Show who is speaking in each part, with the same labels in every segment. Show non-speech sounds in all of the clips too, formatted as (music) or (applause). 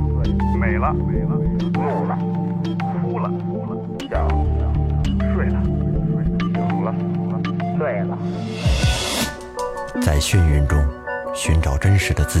Speaker 1: 了，美了，怒了，哭了，哭了，笑了，睡了，睡了，醒了，醉了。
Speaker 2: 在眩晕中寻找真实的自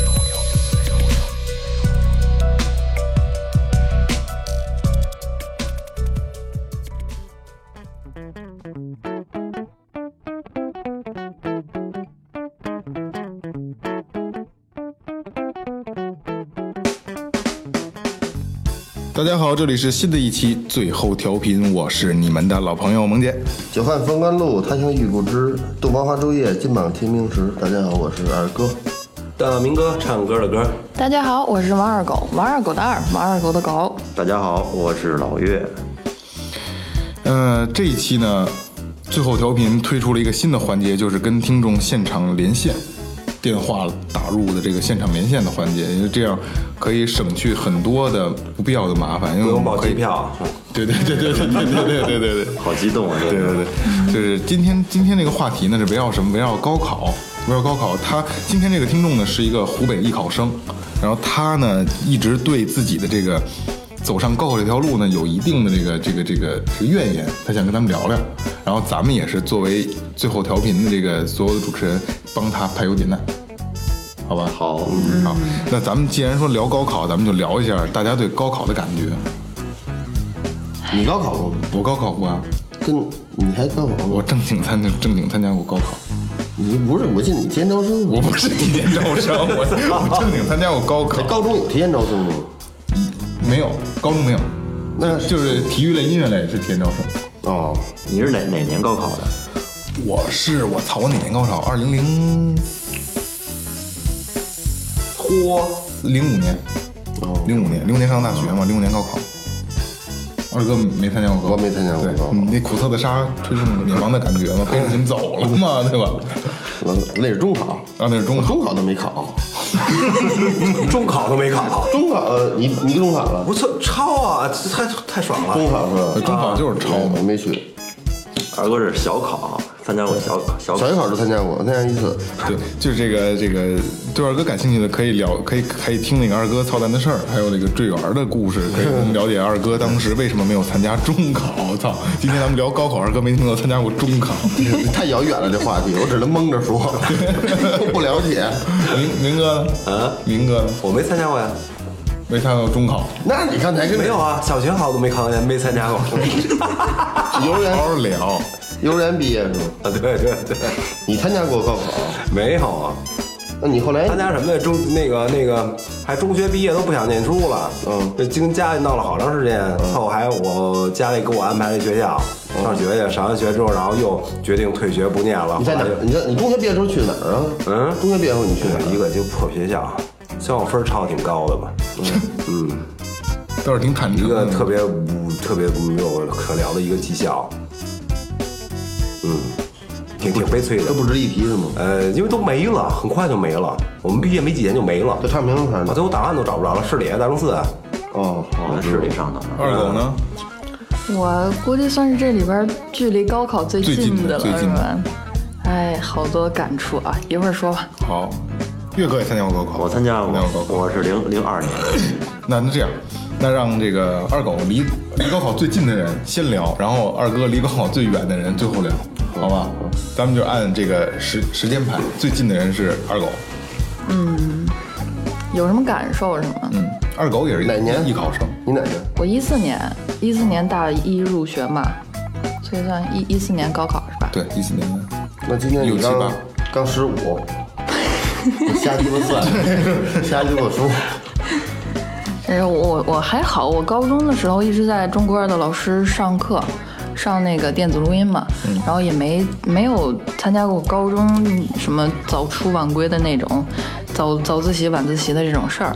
Speaker 3: 大家好，这里是新的一期最后调频，我是你们的老朋友萌姐。
Speaker 4: 久旱逢甘露，他乡遇故知。洞房花烛夜，金榜题名时。大家好，我是二哥。
Speaker 5: 大明哥唱歌的歌，
Speaker 6: 大家好，我是王二狗，王二狗的二，王二狗的狗。
Speaker 7: 大家好，我是老岳。
Speaker 3: 呃，这一期呢，最后调频推出了一个新的环节，就是跟听众现场连线，电话打入的这个现场连线的环节，因为这样可以省去很多的不必要的麻烦，因
Speaker 5: 不
Speaker 3: 为我
Speaker 5: 用
Speaker 3: 们
Speaker 5: 报
Speaker 3: 可
Speaker 5: 机
Speaker 3: 以。
Speaker 5: 票，
Speaker 4: 嗯
Speaker 3: 对对对对对对对对对对。
Speaker 7: 好激动啊！这
Speaker 3: 对对对，就是今天今天这个话题呢是围绕什么？围绕高考，围绕高考。他今天这个听众呢是一个湖北艺考生，然后他呢一直对自己的这个走上高考这条路呢有一定的这个这个这个这个怨言，他想跟咱们聊聊。然后咱们也是作为最后调频的这个所有的主持人，帮他排忧解难。好吧，
Speaker 7: 好，
Speaker 3: 好，那咱们既然说聊高考，咱们就聊一下大家对高考的感觉。
Speaker 4: 你高考过吗？
Speaker 3: 我高考过啊，
Speaker 4: 跟你还高考过吗？
Speaker 3: 我正经参加正经参加过高考。
Speaker 4: 你不是？我记得你提前招生，
Speaker 3: 我不是提前招生，我 (laughs) 我正经参加过高考，
Speaker 4: 高中有提前招生吗？
Speaker 3: 没有，高中没有，
Speaker 4: 那
Speaker 3: 就是体育类、音乐类是提前招生。
Speaker 4: 哦，
Speaker 7: 你是哪哪年高考的？
Speaker 3: 我是我操，我哪年高考？二零零，嚯，零五年，
Speaker 4: 哦
Speaker 3: 零五年，零五年上大学嘛，零五年高考。二哥没参加过高考，
Speaker 4: 我没参加过
Speaker 3: 对
Speaker 4: 高考
Speaker 3: 你那苦涩的沙吹动你茫的感觉
Speaker 4: (laughs)
Speaker 3: 嘛，背着你们走了嘛，对吧？
Speaker 4: 我那是中考，
Speaker 3: 啊，那是中
Speaker 4: 我
Speaker 3: 考，
Speaker 4: 哦中考都没考。
Speaker 5: 中考都没考，
Speaker 4: 中考，呃，你你中考了？
Speaker 5: 不错，超啊，太太爽了。
Speaker 4: 中考是吧？
Speaker 3: 中考就是抄嘛
Speaker 4: 我。没去，
Speaker 7: 二哥是小考，参加过小考小考
Speaker 4: 小学。考就参加过，参加一次。 (laughs)
Speaker 3: (laughs) 对，就是这个这个对二哥感兴趣的可以聊，可以可以听那个二哥操蛋的事儿，还有那个坠园的故事，可以我们了解二哥当时为什么没有参加中考。操，今天咱们聊高考，二哥没听到参加过中考。
Speaker 4: 太遥远了，这话题我只能蒙着说， (laughs) 不了解。
Speaker 3: 明明哥呢？啊，明哥呢？
Speaker 5: 我没参加过呀，
Speaker 3: 没参加过中考，
Speaker 4: 那你刚才跟
Speaker 5: 没有啊，小学考都没考，没参
Speaker 7: (laughs)
Speaker 5: 加过。啊
Speaker 4: 幼儿
Speaker 3: 好
Speaker 4: 园
Speaker 3: 好聊。
Speaker 4: 幼儿园毕业是吗？
Speaker 5: 啊，对对对，
Speaker 4: 你参加过高考？
Speaker 5: 没有啊，
Speaker 4: 那你
Speaker 7: 哎
Speaker 4: 后来
Speaker 5: 参加什么呀？中那个那个，还中学毕业都不想念书了。
Speaker 4: 嗯
Speaker 5: 这跟家里闹了好长时间，凑还我家里给我安排了一学校
Speaker 7: 嗯
Speaker 5: 上学去，上完学之后，然后又决定退学不念了。
Speaker 4: 你在哪
Speaker 5: 后来
Speaker 4: 儿
Speaker 5: 就？
Speaker 4: 你在你中学毕业之后去哪儿啊？
Speaker 5: 嗯
Speaker 4: 中学毕业后你去哪
Speaker 5: 一
Speaker 4: 儿？
Speaker 5: 个就破学校，虽然我分儿超挺高的吧，
Speaker 3: 倒是挺坦
Speaker 5: 一
Speaker 3: 诚
Speaker 5: 个
Speaker 3: 的，
Speaker 5: 特别无特别没有可聊的一个技校，嗯，挺挺悲催的
Speaker 4: 都。不值一提是吗？
Speaker 5: 呃，因为都没了，很快就没了。我们毕业没几年就没了，
Speaker 4: 这唱片啥
Speaker 5: 我
Speaker 4: 的？
Speaker 5: 最后档案都找不着了。市里大钟寺，
Speaker 4: 哦，
Speaker 7: 我在市里上的，
Speaker 3: 二狗呢？
Speaker 6: 我估计算是这里边儿距离高考最
Speaker 3: 最近
Speaker 6: 近
Speaker 3: 的
Speaker 6: 的
Speaker 3: 最
Speaker 6: 了，是
Speaker 3: 近的
Speaker 6: 吧？哎，好多感触啊，一会儿说吧。
Speaker 3: 好，岳哥也参加过高考，
Speaker 7: 我参加过
Speaker 3: 参加过高，考。
Speaker 7: 我是零零二年。
Speaker 3: (coughs) 那那这样，那让这个二狗离离高考最近的人先聊，然后二哥离高考最远的人最后聊，好吧？咱们就按这个时时间排，最近的人是二狗，
Speaker 6: 有什么感受是吗？
Speaker 3: 嗯，二狗也是
Speaker 4: 哪年
Speaker 3: 艺考生，
Speaker 4: 你哪年？
Speaker 6: 我一四年，一四年大一入学嘛，所以算一一四年高考是吧？
Speaker 3: 对，一四年的。
Speaker 4: 那今天你
Speaker 3: 六七
Speaker 4: 刚
Speaker 3: 八
Speaker 4: 刚十五，你瞎鸡巴算，
Speaker 3: (laughs)
Speaker 4: 瞎鸡巴说。
Speaker 6: 哎，我我还好，我高中的时候一直在中国二的老师上课，上那个电子录音嘛，然后也没没有参加过高中什么早出晚归的那种，早早自习晚自习的这种事儿，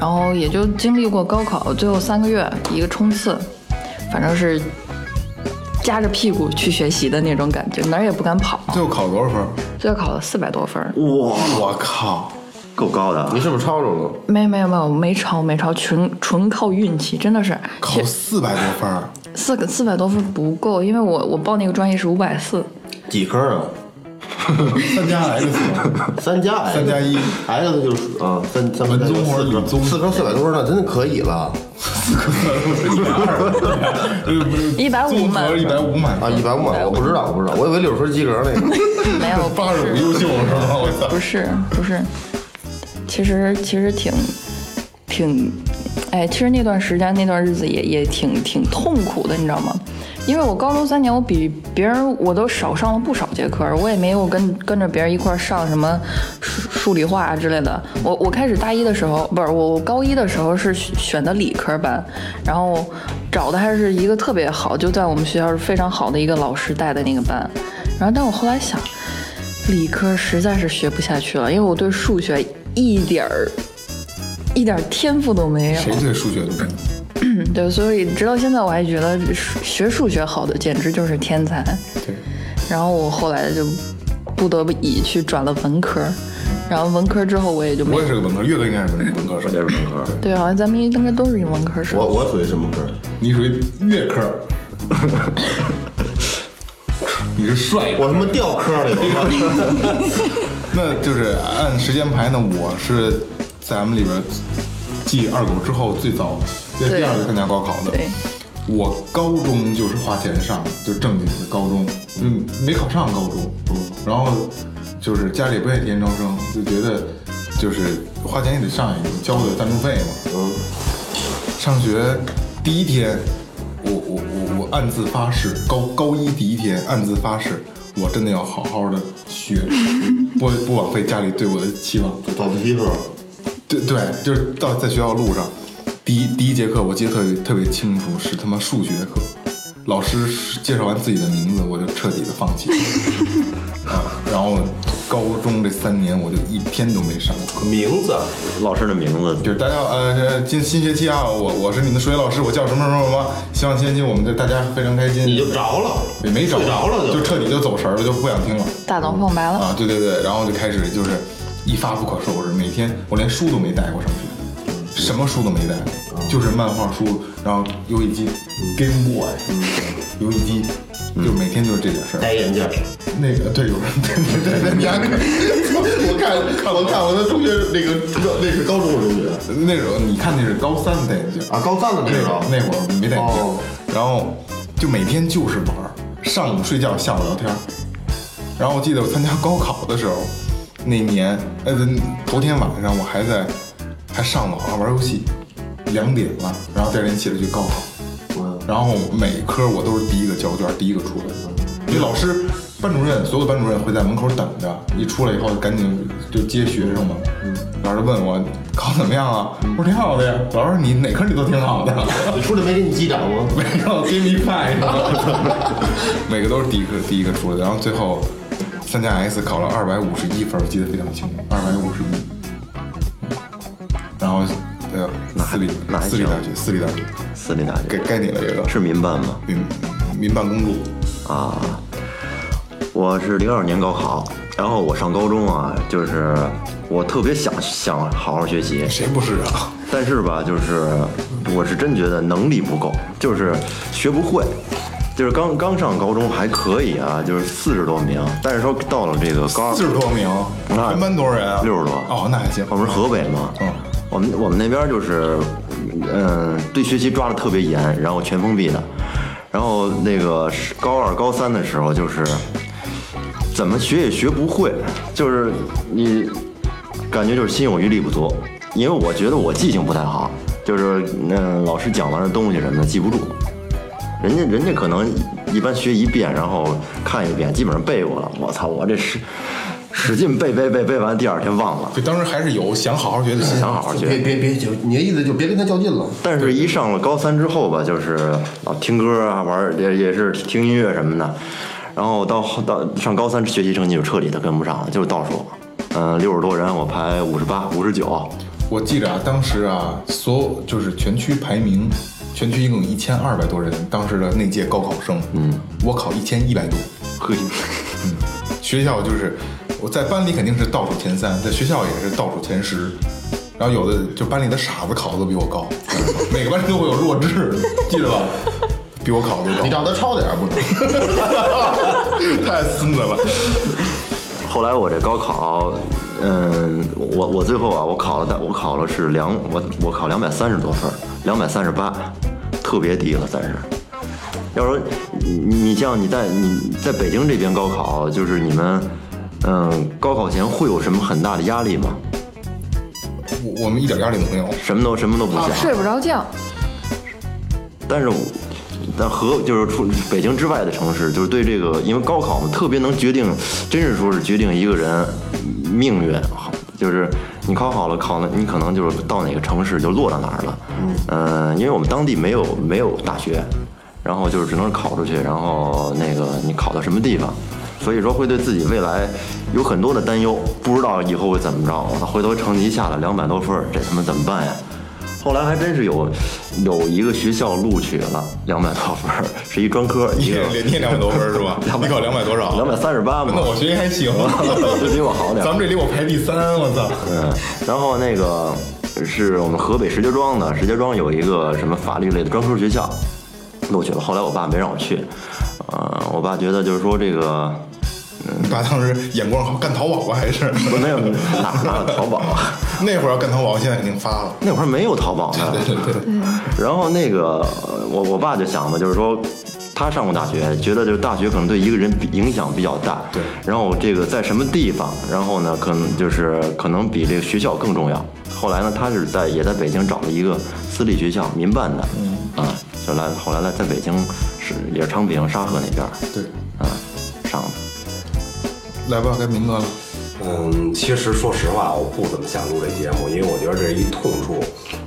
Speaker 6: 然后也就经历过高考最后三个月一个冲刺，反正是夹着屁股去学习的那种感觉，哪儿也不敢跑。
Speaker 3: 最后考了多少分？
Speaker 6: 最后考了四百多分儿，
Speaker 7: 哇，
Speaker 3: 我靠！
Speaker 7: 够高的啊
Speaker 4: 你！是不是抄着了？
Speaker 6: 没没有没有，没超没超，纯纯靠运气，真的是
Speaker 3: 考四百多分儿，
Speaker 6: 四个四百多分不够，因为我我报那个专业是五
Speaker 3: (laughs)
Speaker 6: 百四，
Speaker 4: 几科啊？
Speaker 3: 三加 X，
Speaker 4: (laughs) 三加 X
Speaker 3: 三加一
Speaker 4: ，X 就是啊，三三
Speaker 3: 文综或者理综
Speaker 4: 四科四百多分，那真的可以了
Speaker 3: (laughs) 一百二，
Speaker 6: 150
Speaker 3: 综
Speaker 6: 满
Speaker 3: 合一百五满
Speaker 4: 啊！一百五，我不知道，我不知道，我以为六十分及格那
Speaker 3: (laughs)
Speaker 4: 个。
Speaker 6: 没有
Speaker 3: 八十五优秀是吧？我操！
Speaker 6: 不是不是，其实其实挺挺，哎，其实那段时间那段日子也也挺挺痛苦的，你知道吗？因为我高中三年，我比别人我都少上了不少节课，我也没有跟跟着别人一块儿上什么数数理化啊之类的。我我开始大一的时候，不是我我高一的时候是选选的理科班，然后找的还是一个特别好，就在我们学校是非常好的一个老师带的那个班。然后，但我后来想，理科实在是学不下去了，因为我对数学一点儿一点儿天赋都没有。
Speaker 3: 谁对数学都没有？
Speaker 6: 对，所以直到现在我还觉得数学数学好的简直就是天才。
Speaker 3: 对，
Speaker 6: 然后我后来就不得不已去转了文科，然后文科之后我也就没
Speaker 3: 我也是个文科，月哥应该是文文科
Speaker 7: 我也
Speaker 3: 生，
Speaker 7: 是本科，
Speaker 6: 对，好像咱们应该都是文科生
Speaker 4: 我。我属于什么科？
Speaker 3: 你属于月科， (laughs) 你是帅哥。
Speaker 4: 我他妈掉科里了。
Speaker 3: 那就是按时间排呢，我是在咱们里边继二狗之后最早在第二个参加高考的。
Speaker 6: 对，
Speaker 3: 我高中就是花钱上，就是正经的高中，嗯，没考上高中，嗯，然后就是家里也不愿意提前招生，就觉得就是花钱也得上一个，交个赞助费嘛。嗯，上学第一天，我我我我暗自发誓，高高一第一天暗自发誓，我真的要好好的学，不不枉费家里对我的期望。
Speaker 4: 早自习是吧？
Speaker 3: 对对，就是到在学校路上，第一第一节课我记得特别特别清楚，是他妈数学课。老师介绍完自己的名字，我就彻底的放
Speaker 4: (laughs)
Speaker 3: 弃了。啊，然后高中这三年我就一天都没上过课。
Speaker 5: 名字
Speaker 7: 老师的名字
Speaker 3: 就是大家呃，这新新学期啊，我我是你们的数学老师，我叫什么什么什么，希望新学期我们就大家非常开心。
Speaker 4: 你就着了，
Speaker 3: 也没找
Speaker 4: 睡着了
Speaker 3: 就
Speaker 4: 就
Speaker 3: 彻底就走神儿了，就不想听了。
Speaker 6: 大脑空白了。
Speaker 3: 啊，对对对，然后就开始就是一发不可收拾，每天我连书都没带过上学，什么书都没带，
Speaker 4: 嗯
Speaker 3: 就是漫画书，然后游戏机，Game Boy，游戏机，就每天就是这点事儿。
Speaker 4: 嗯戴眼镜。
Speaker 3: 那个对，有人对对对，你还看， (laughs) 我看看我看我的同学那个
Speaker 4: 那是高中的同学
Speaker 3: 那时候，你看那 (laughs) 是高三戴眼镜
Speaker 4: 啊，高三的那
Speaker 3: 那会
Speaker 4: 时
Speaker 3: 儿。
Speaker 4: 候
Speaker 3: 那会儿没戴眼镜，
Speaker 4: 哦
Speaker 3: 然后就每天就是玩儿，上午睡觉，下午聊天儿。然后我记得我参加高考的时候，那年呃头天晚上我还在还上网玩游戏，两点了，然后第二天起来去高考。然后每科我都是第一个交卷，第一个出来。因为老师、班主任，所有的班主任会在门口等着，一出来以后就赶紧就接学生嘛。嗯老师就问我考怎么样啊？我说挺好的呀。老师，你哪科你都挺好的，
Speaker 4: 你出来没给你击掌吗？
Speaker 3: 没有 give me
Speaker 7: (laughs)
Speaker 3: five，每个都是第一个第一个出来的，然后最后三加 S 考了二百五十一分，我记得非常清楚，二百五十一。然后呃，私立
Speaker 7: 那还
Speaker 3: 私立
Speaker 7: 行
Speaker 3: 大学，私立大学，
Speaker 7: 私立大
Speaker 3: 该
Speaker 7: 学
Speaker 3: 该你了，这个
Speaker 7: 是民办吗？
Speaker 3: 民民办公路。
Speaker 7: 啊，我是零二年高考，然后我上高中啊，就是我特别想想好好学习，
Speaker 3: 谁不是啊？ (laughs)
Speaker 7: 但是吧，就是我是真觉得能力不够，就是学不会。就是刚刚上高中还可以啊，就是四十多名，但是说到了这个高二
Speaker 3: 四，十多名，
Speaker 7: 那
Speaker 3: 全班多少人啊？
Speaker 7: 60多
Speaker 3: 哦，那还行。
Speaker 7: 我们是河北嘛，
Speaker 3: 嗯
Speaker 7: 我们我们那边就是，嗯、对学习抓的特别严，然后全封闭的，然后那个是高二高三的时候就是，怎么学也学不会，就是你感觉就是心有余力不足，因为我觉得我记性不太好，就是嗯、老师讲完的东西什么的记不住，人家人家可能一般学一遍，然后看一遍，基本上背过了。我操，我这使使劲背背背背完，第二天忘了，
Speaker 3: 就当时还是有想好好学的心，
Speaker 7: 想好好学
Speaker 4: 别。别别，就你的意思就别跟他较劲了。
Speaker 7: 但是，一上了高三之后吧，就是老听歌啊，玩儿也也是听音乐什么的。然后到后到上高三，学习成绩就彻底的跟不上了，就是倒数。嗯，六十多人，我排五十八、五十九， (laughs)
Speaker 3: 我记着啊，当时啊，所有就是全区排名全区一共一千二百多人，当时的那届高考生，嗯，我考一千一百多，
Speaker 7: 嘿，
Speaker 3: 学校就是我在班里肯定是倒数前三，在学校也是倒数前十。然后有的就班里的傻子考的都比我高， (laughs) 每个班都会有弱智，记得吧？比我考的都高。
Speaker 8: 你让他抄点儿不
Speaker 3: (laughs)
Speaker 8: 能。
Speaker 3: 太孙子了。
Speaker 7: 后来我这高考，嗯，我我最后啊，我考了的，我考了是两，我我考两百三十多分儿，两百三十八，特别低了，算是。要说你你像你在你在北京这边高考，就是你们，嗯，高考前会有什么很大的压力吗？
Speaker 3: 我我们一点压力都没有。
Speaker 7: 什么都什么都不想，
Speaker 6: 哦睡不着觉，
Speaker 7: 但是我，但和就是出北京之外的城市，就是对这个，因为高考嘛，特别能决定，真是说是决定一个人命运。好，就是你考好了，考了，你可能就是到哪个城市就落到哪儿了。嗯，呃，因为我们当地没有没有大学，然后就是只能是考出去，然后那个你考到什么地方，所以说会对自己未来有很多的担忧，不知道以后会怎么着。我操，回头成绩下来两百多分儿，这他妈怎么办呀？后来还真是有有一个学校录取了两百多分儿，是一专 (laughs) 科，
Speaker 3: 你
Speaker 7: 一个
Speaker 3: 也你也两百多分儿是吧？你考两百多少？
Speaker 7: 两百。三十八嘛，
Speaker 3: 那
Speaker 7: (laughs)
Speaker 3: 我学习还行，
Speaker 7: 就比我好点儿
Speaker 3: 咱们这里我排第三，我操！
Speaker 7: 嗯，然后那个是我们河北石家庄的，石家庄有一个什么法律类的专科学校，录取了。后来我爸没让我去，呃，我爸觉得就是说这个
Speaker 3: 你爸当时眼光好，干淘宝吧还是？
Speaker 7: 不没有哪哪有淘宝啊，
Speaker 3: 那会儿要干淘宝，现在肯定发了。啊
Speaker 7: (laughs) 那会儿没有淘宝呢。
Speaker 3: 对对对，
Speaker 7: 然后那个呃我我爸就想嘛，就是说他上过大学，觉得就是大学可能对一个人比影响比较大。
Speaker 3: 对
Speaker 7: 然后这个在什么地方，然后呢，可能就是可能比这个学校更重要。后来呢，他是在也在北京找了一个私立学校，民办的，嗯啊，就来后来呢，在北京是也是昌平沙河那边儿，
Speaker 3: 对
Speaker 7: 啊上的。
Speaker 3: 来吧，该明哥了。
Speaker 5: 嗯，其实说实话，我不怎么想录这节目，因为我觉得这是一痛处。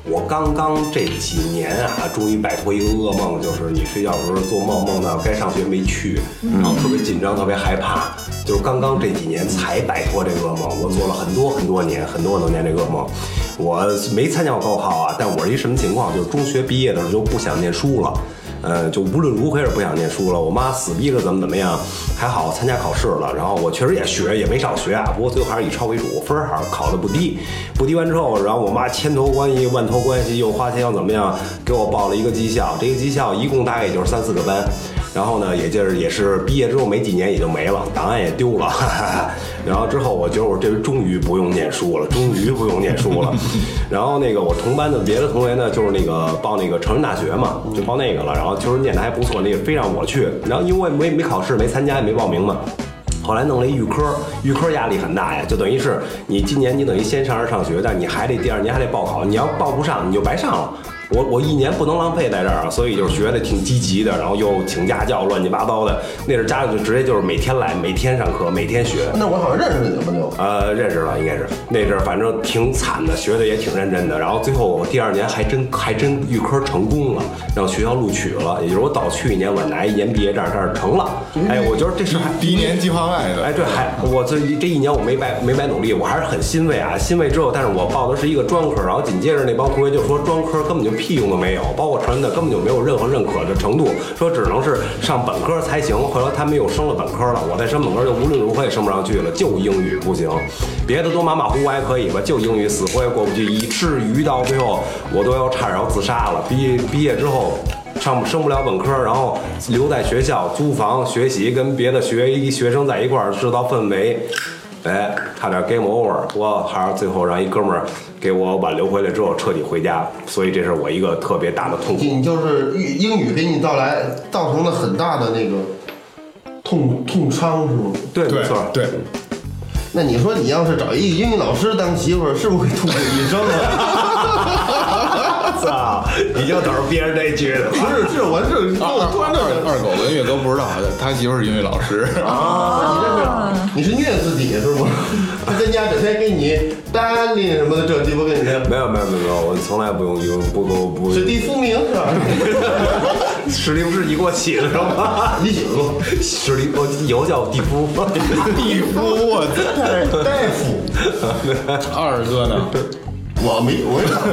Speaker 5: 我刚刚这几年啊，终于摆脱一个噩梦，就是你睡觉的时候做梦梦到该上学没去，然后特别紧张，特别害怕。就是刚刚这几年才摆脱这个噩梦，我做了很多很多年，很多很多年这个噩梦。我没参加过高考啊，但我是一什么情况？就是中学毕业的时候就不想念书了。呃，就无论如何也是不想念书了。我妈死逼着怎么怎么样，还好参加考试了。然后我确实也学，也没少学啊，不过最后还是以抄为主，分儿还是考的不低。不低完之后，然后我妈千头关系万头关系，又花钱又怎么样，给我报了一个技校。这个技校一共大概也就是三四个班。然后呢，也就是也是毕业之后没几年也就没了，档案也丢了。哈 (laughs) 哈。然后之后，我觉得我这回终于不用念书了，终于不用念书了。 (laughs) 然后那个我同班的别的同学呢，就是那个报那个成人大学嘛，就报那个了。然后就是念的还不错，那个非让我去。然后因为没没考试，没参加，也没报名嘛。后来弄了一预科，预科压力很大呀，就等于是你今年你等于先上着上学，但你还得第二年还得报考，你要报不上你就白上了。我我一年不能浪费在这儿啊，所以就是学的挺积极的，然后又请家教，乱七八糟的。那阵儿家就直接就是每天来，每天上课，每天学。
Speaker 4: 那我好像认识你了吧？就
Speaker 5: 呃，认识了，应该是那阵儿，反正挺惨的，学的也挺认真的。然后最后我第二年还真还真预科成功了，让学校录取了，也就是我早去一年，晚拿一年毕业证，但是成了。哎，我觉得这事儿还
Speaker 3: 第一年计划外
Speaker 5: 哎，
Speaker 3: 的，
Speaker 5: 对，还我这一这一年我没白没白努力，我还是很欣慰啊。欣慰之后，但是我报的是一个专科，然后紧接着那帮同学就说专科根本就屁用都没有，包括成人的根本就没有任何认可的程度，说只能是上本科才行。后来他们又升了本科了，我再升本科就无论如何也升不上去了，就英语不行，别的都马马虎虎还可以吧，就英语死活也过不去，以至于到最后我都要差点要自杀了。毕业毕业之后。上升不了本科，然后留在学校租房学习，跟别的学学生在一块儿制造氛围，哎，差点 game over，我还是最后让一哥们儿给我挽留回来之后彻底回家，所以这是我一个特别大的痛苦。
Speaker 4: 你就是英英语给你带来造成了很大的那个痛痛伤，是吗？
Speaker 5: 对，没
Speaker 3: 对
Speaker 5: 错，
Speaker 3: 对，
Speaker 4: 那你说你要是找一英语老师当媳妇儿，是不是会痛苦一生啊？
Speaker 5: (laughs) 操，你就等着别人那句的。
Speaker 4: 不是，是我是
Speaker 3: 啊二
Speaker 4: 我突然这
Speaker 3: 二二狗跟岳哥不知道，他媳妇儿是英语老师。
Speaker 4: 你是虐自己是吗？他在家整天给你单拎什么的，这鸡巴跟你这
Speaker 5: (laughs) 没有没有没有没有，我从来不用用不不不，
Speaker 4: 史蒂夫名是吧？
Speaker 5: 史蒂夫是你给我起的是吗？
Speaker 4: 你醒了，
Speaker 5: 史蒂夫以后叫我蒂
Speaker 4: (laughs)
Speaker 5: 夫，
Speaker 3: 地夫，我
Speaker 4: 大夫
Speaker 3: 二哥呢？
Speaker 4: 我没我也考，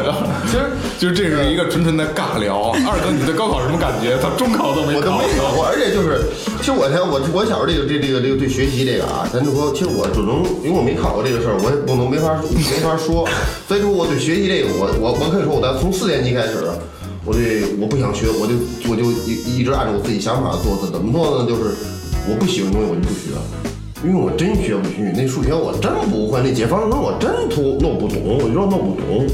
Speaker 3: 其实就是这是一个纯纯的尬聊。二哥，你对高考什么感觉？他中考都没
Speaker 4: 我都
Speaker 3: 考
Speaker 4: 没考过，而且就是，其实我才我我小时候这个这这个这个对学习这个啊，咱就说，其实我只能因为我没考过这个事儿，我也不能没法没法说，所以说我对学习这个，我我我可以说，我在从四年级开始，我对我不想学，我就我就一一直按照我自己想法做，怎么做呢？就是我不喜欢的东西我就不学。因为我真学不去，那数学我真不会，那解方程我真通弄不懂，我就弄不懂。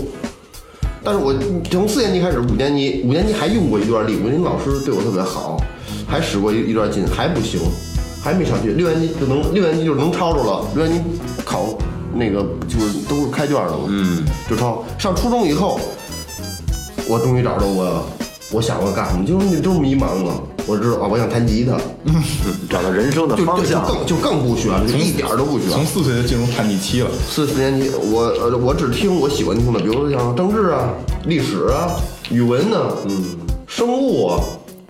Speaker 4: 但是我从四年级开始，五年级五年级还用过一段力，五年级老师对我特别好，还使过一一段劲，还不行，还没上去。六年级就能六年级就能抄着了，六年级考那个就是都是开卷的嘛，嗯，就抄。上初中以后，我终于找着我我想要干什么，就是那都迷茫了。我知道啊，我想弹吉他，
Speaker 7: 找到人生的
Speaker 4: 就
Speaker 7: 方
Speaker 4: 就就
Speaker 7: 向。
Speaker 4: 更就更不学了，就一点儿都不学。
Speaker 3: 从四岁就进入叛逆期了，
Speaker 4: 四四年级，我呃我只听我喜欢听的，比如说像政治啊、历史啊、语文呢、嗯，生物啊，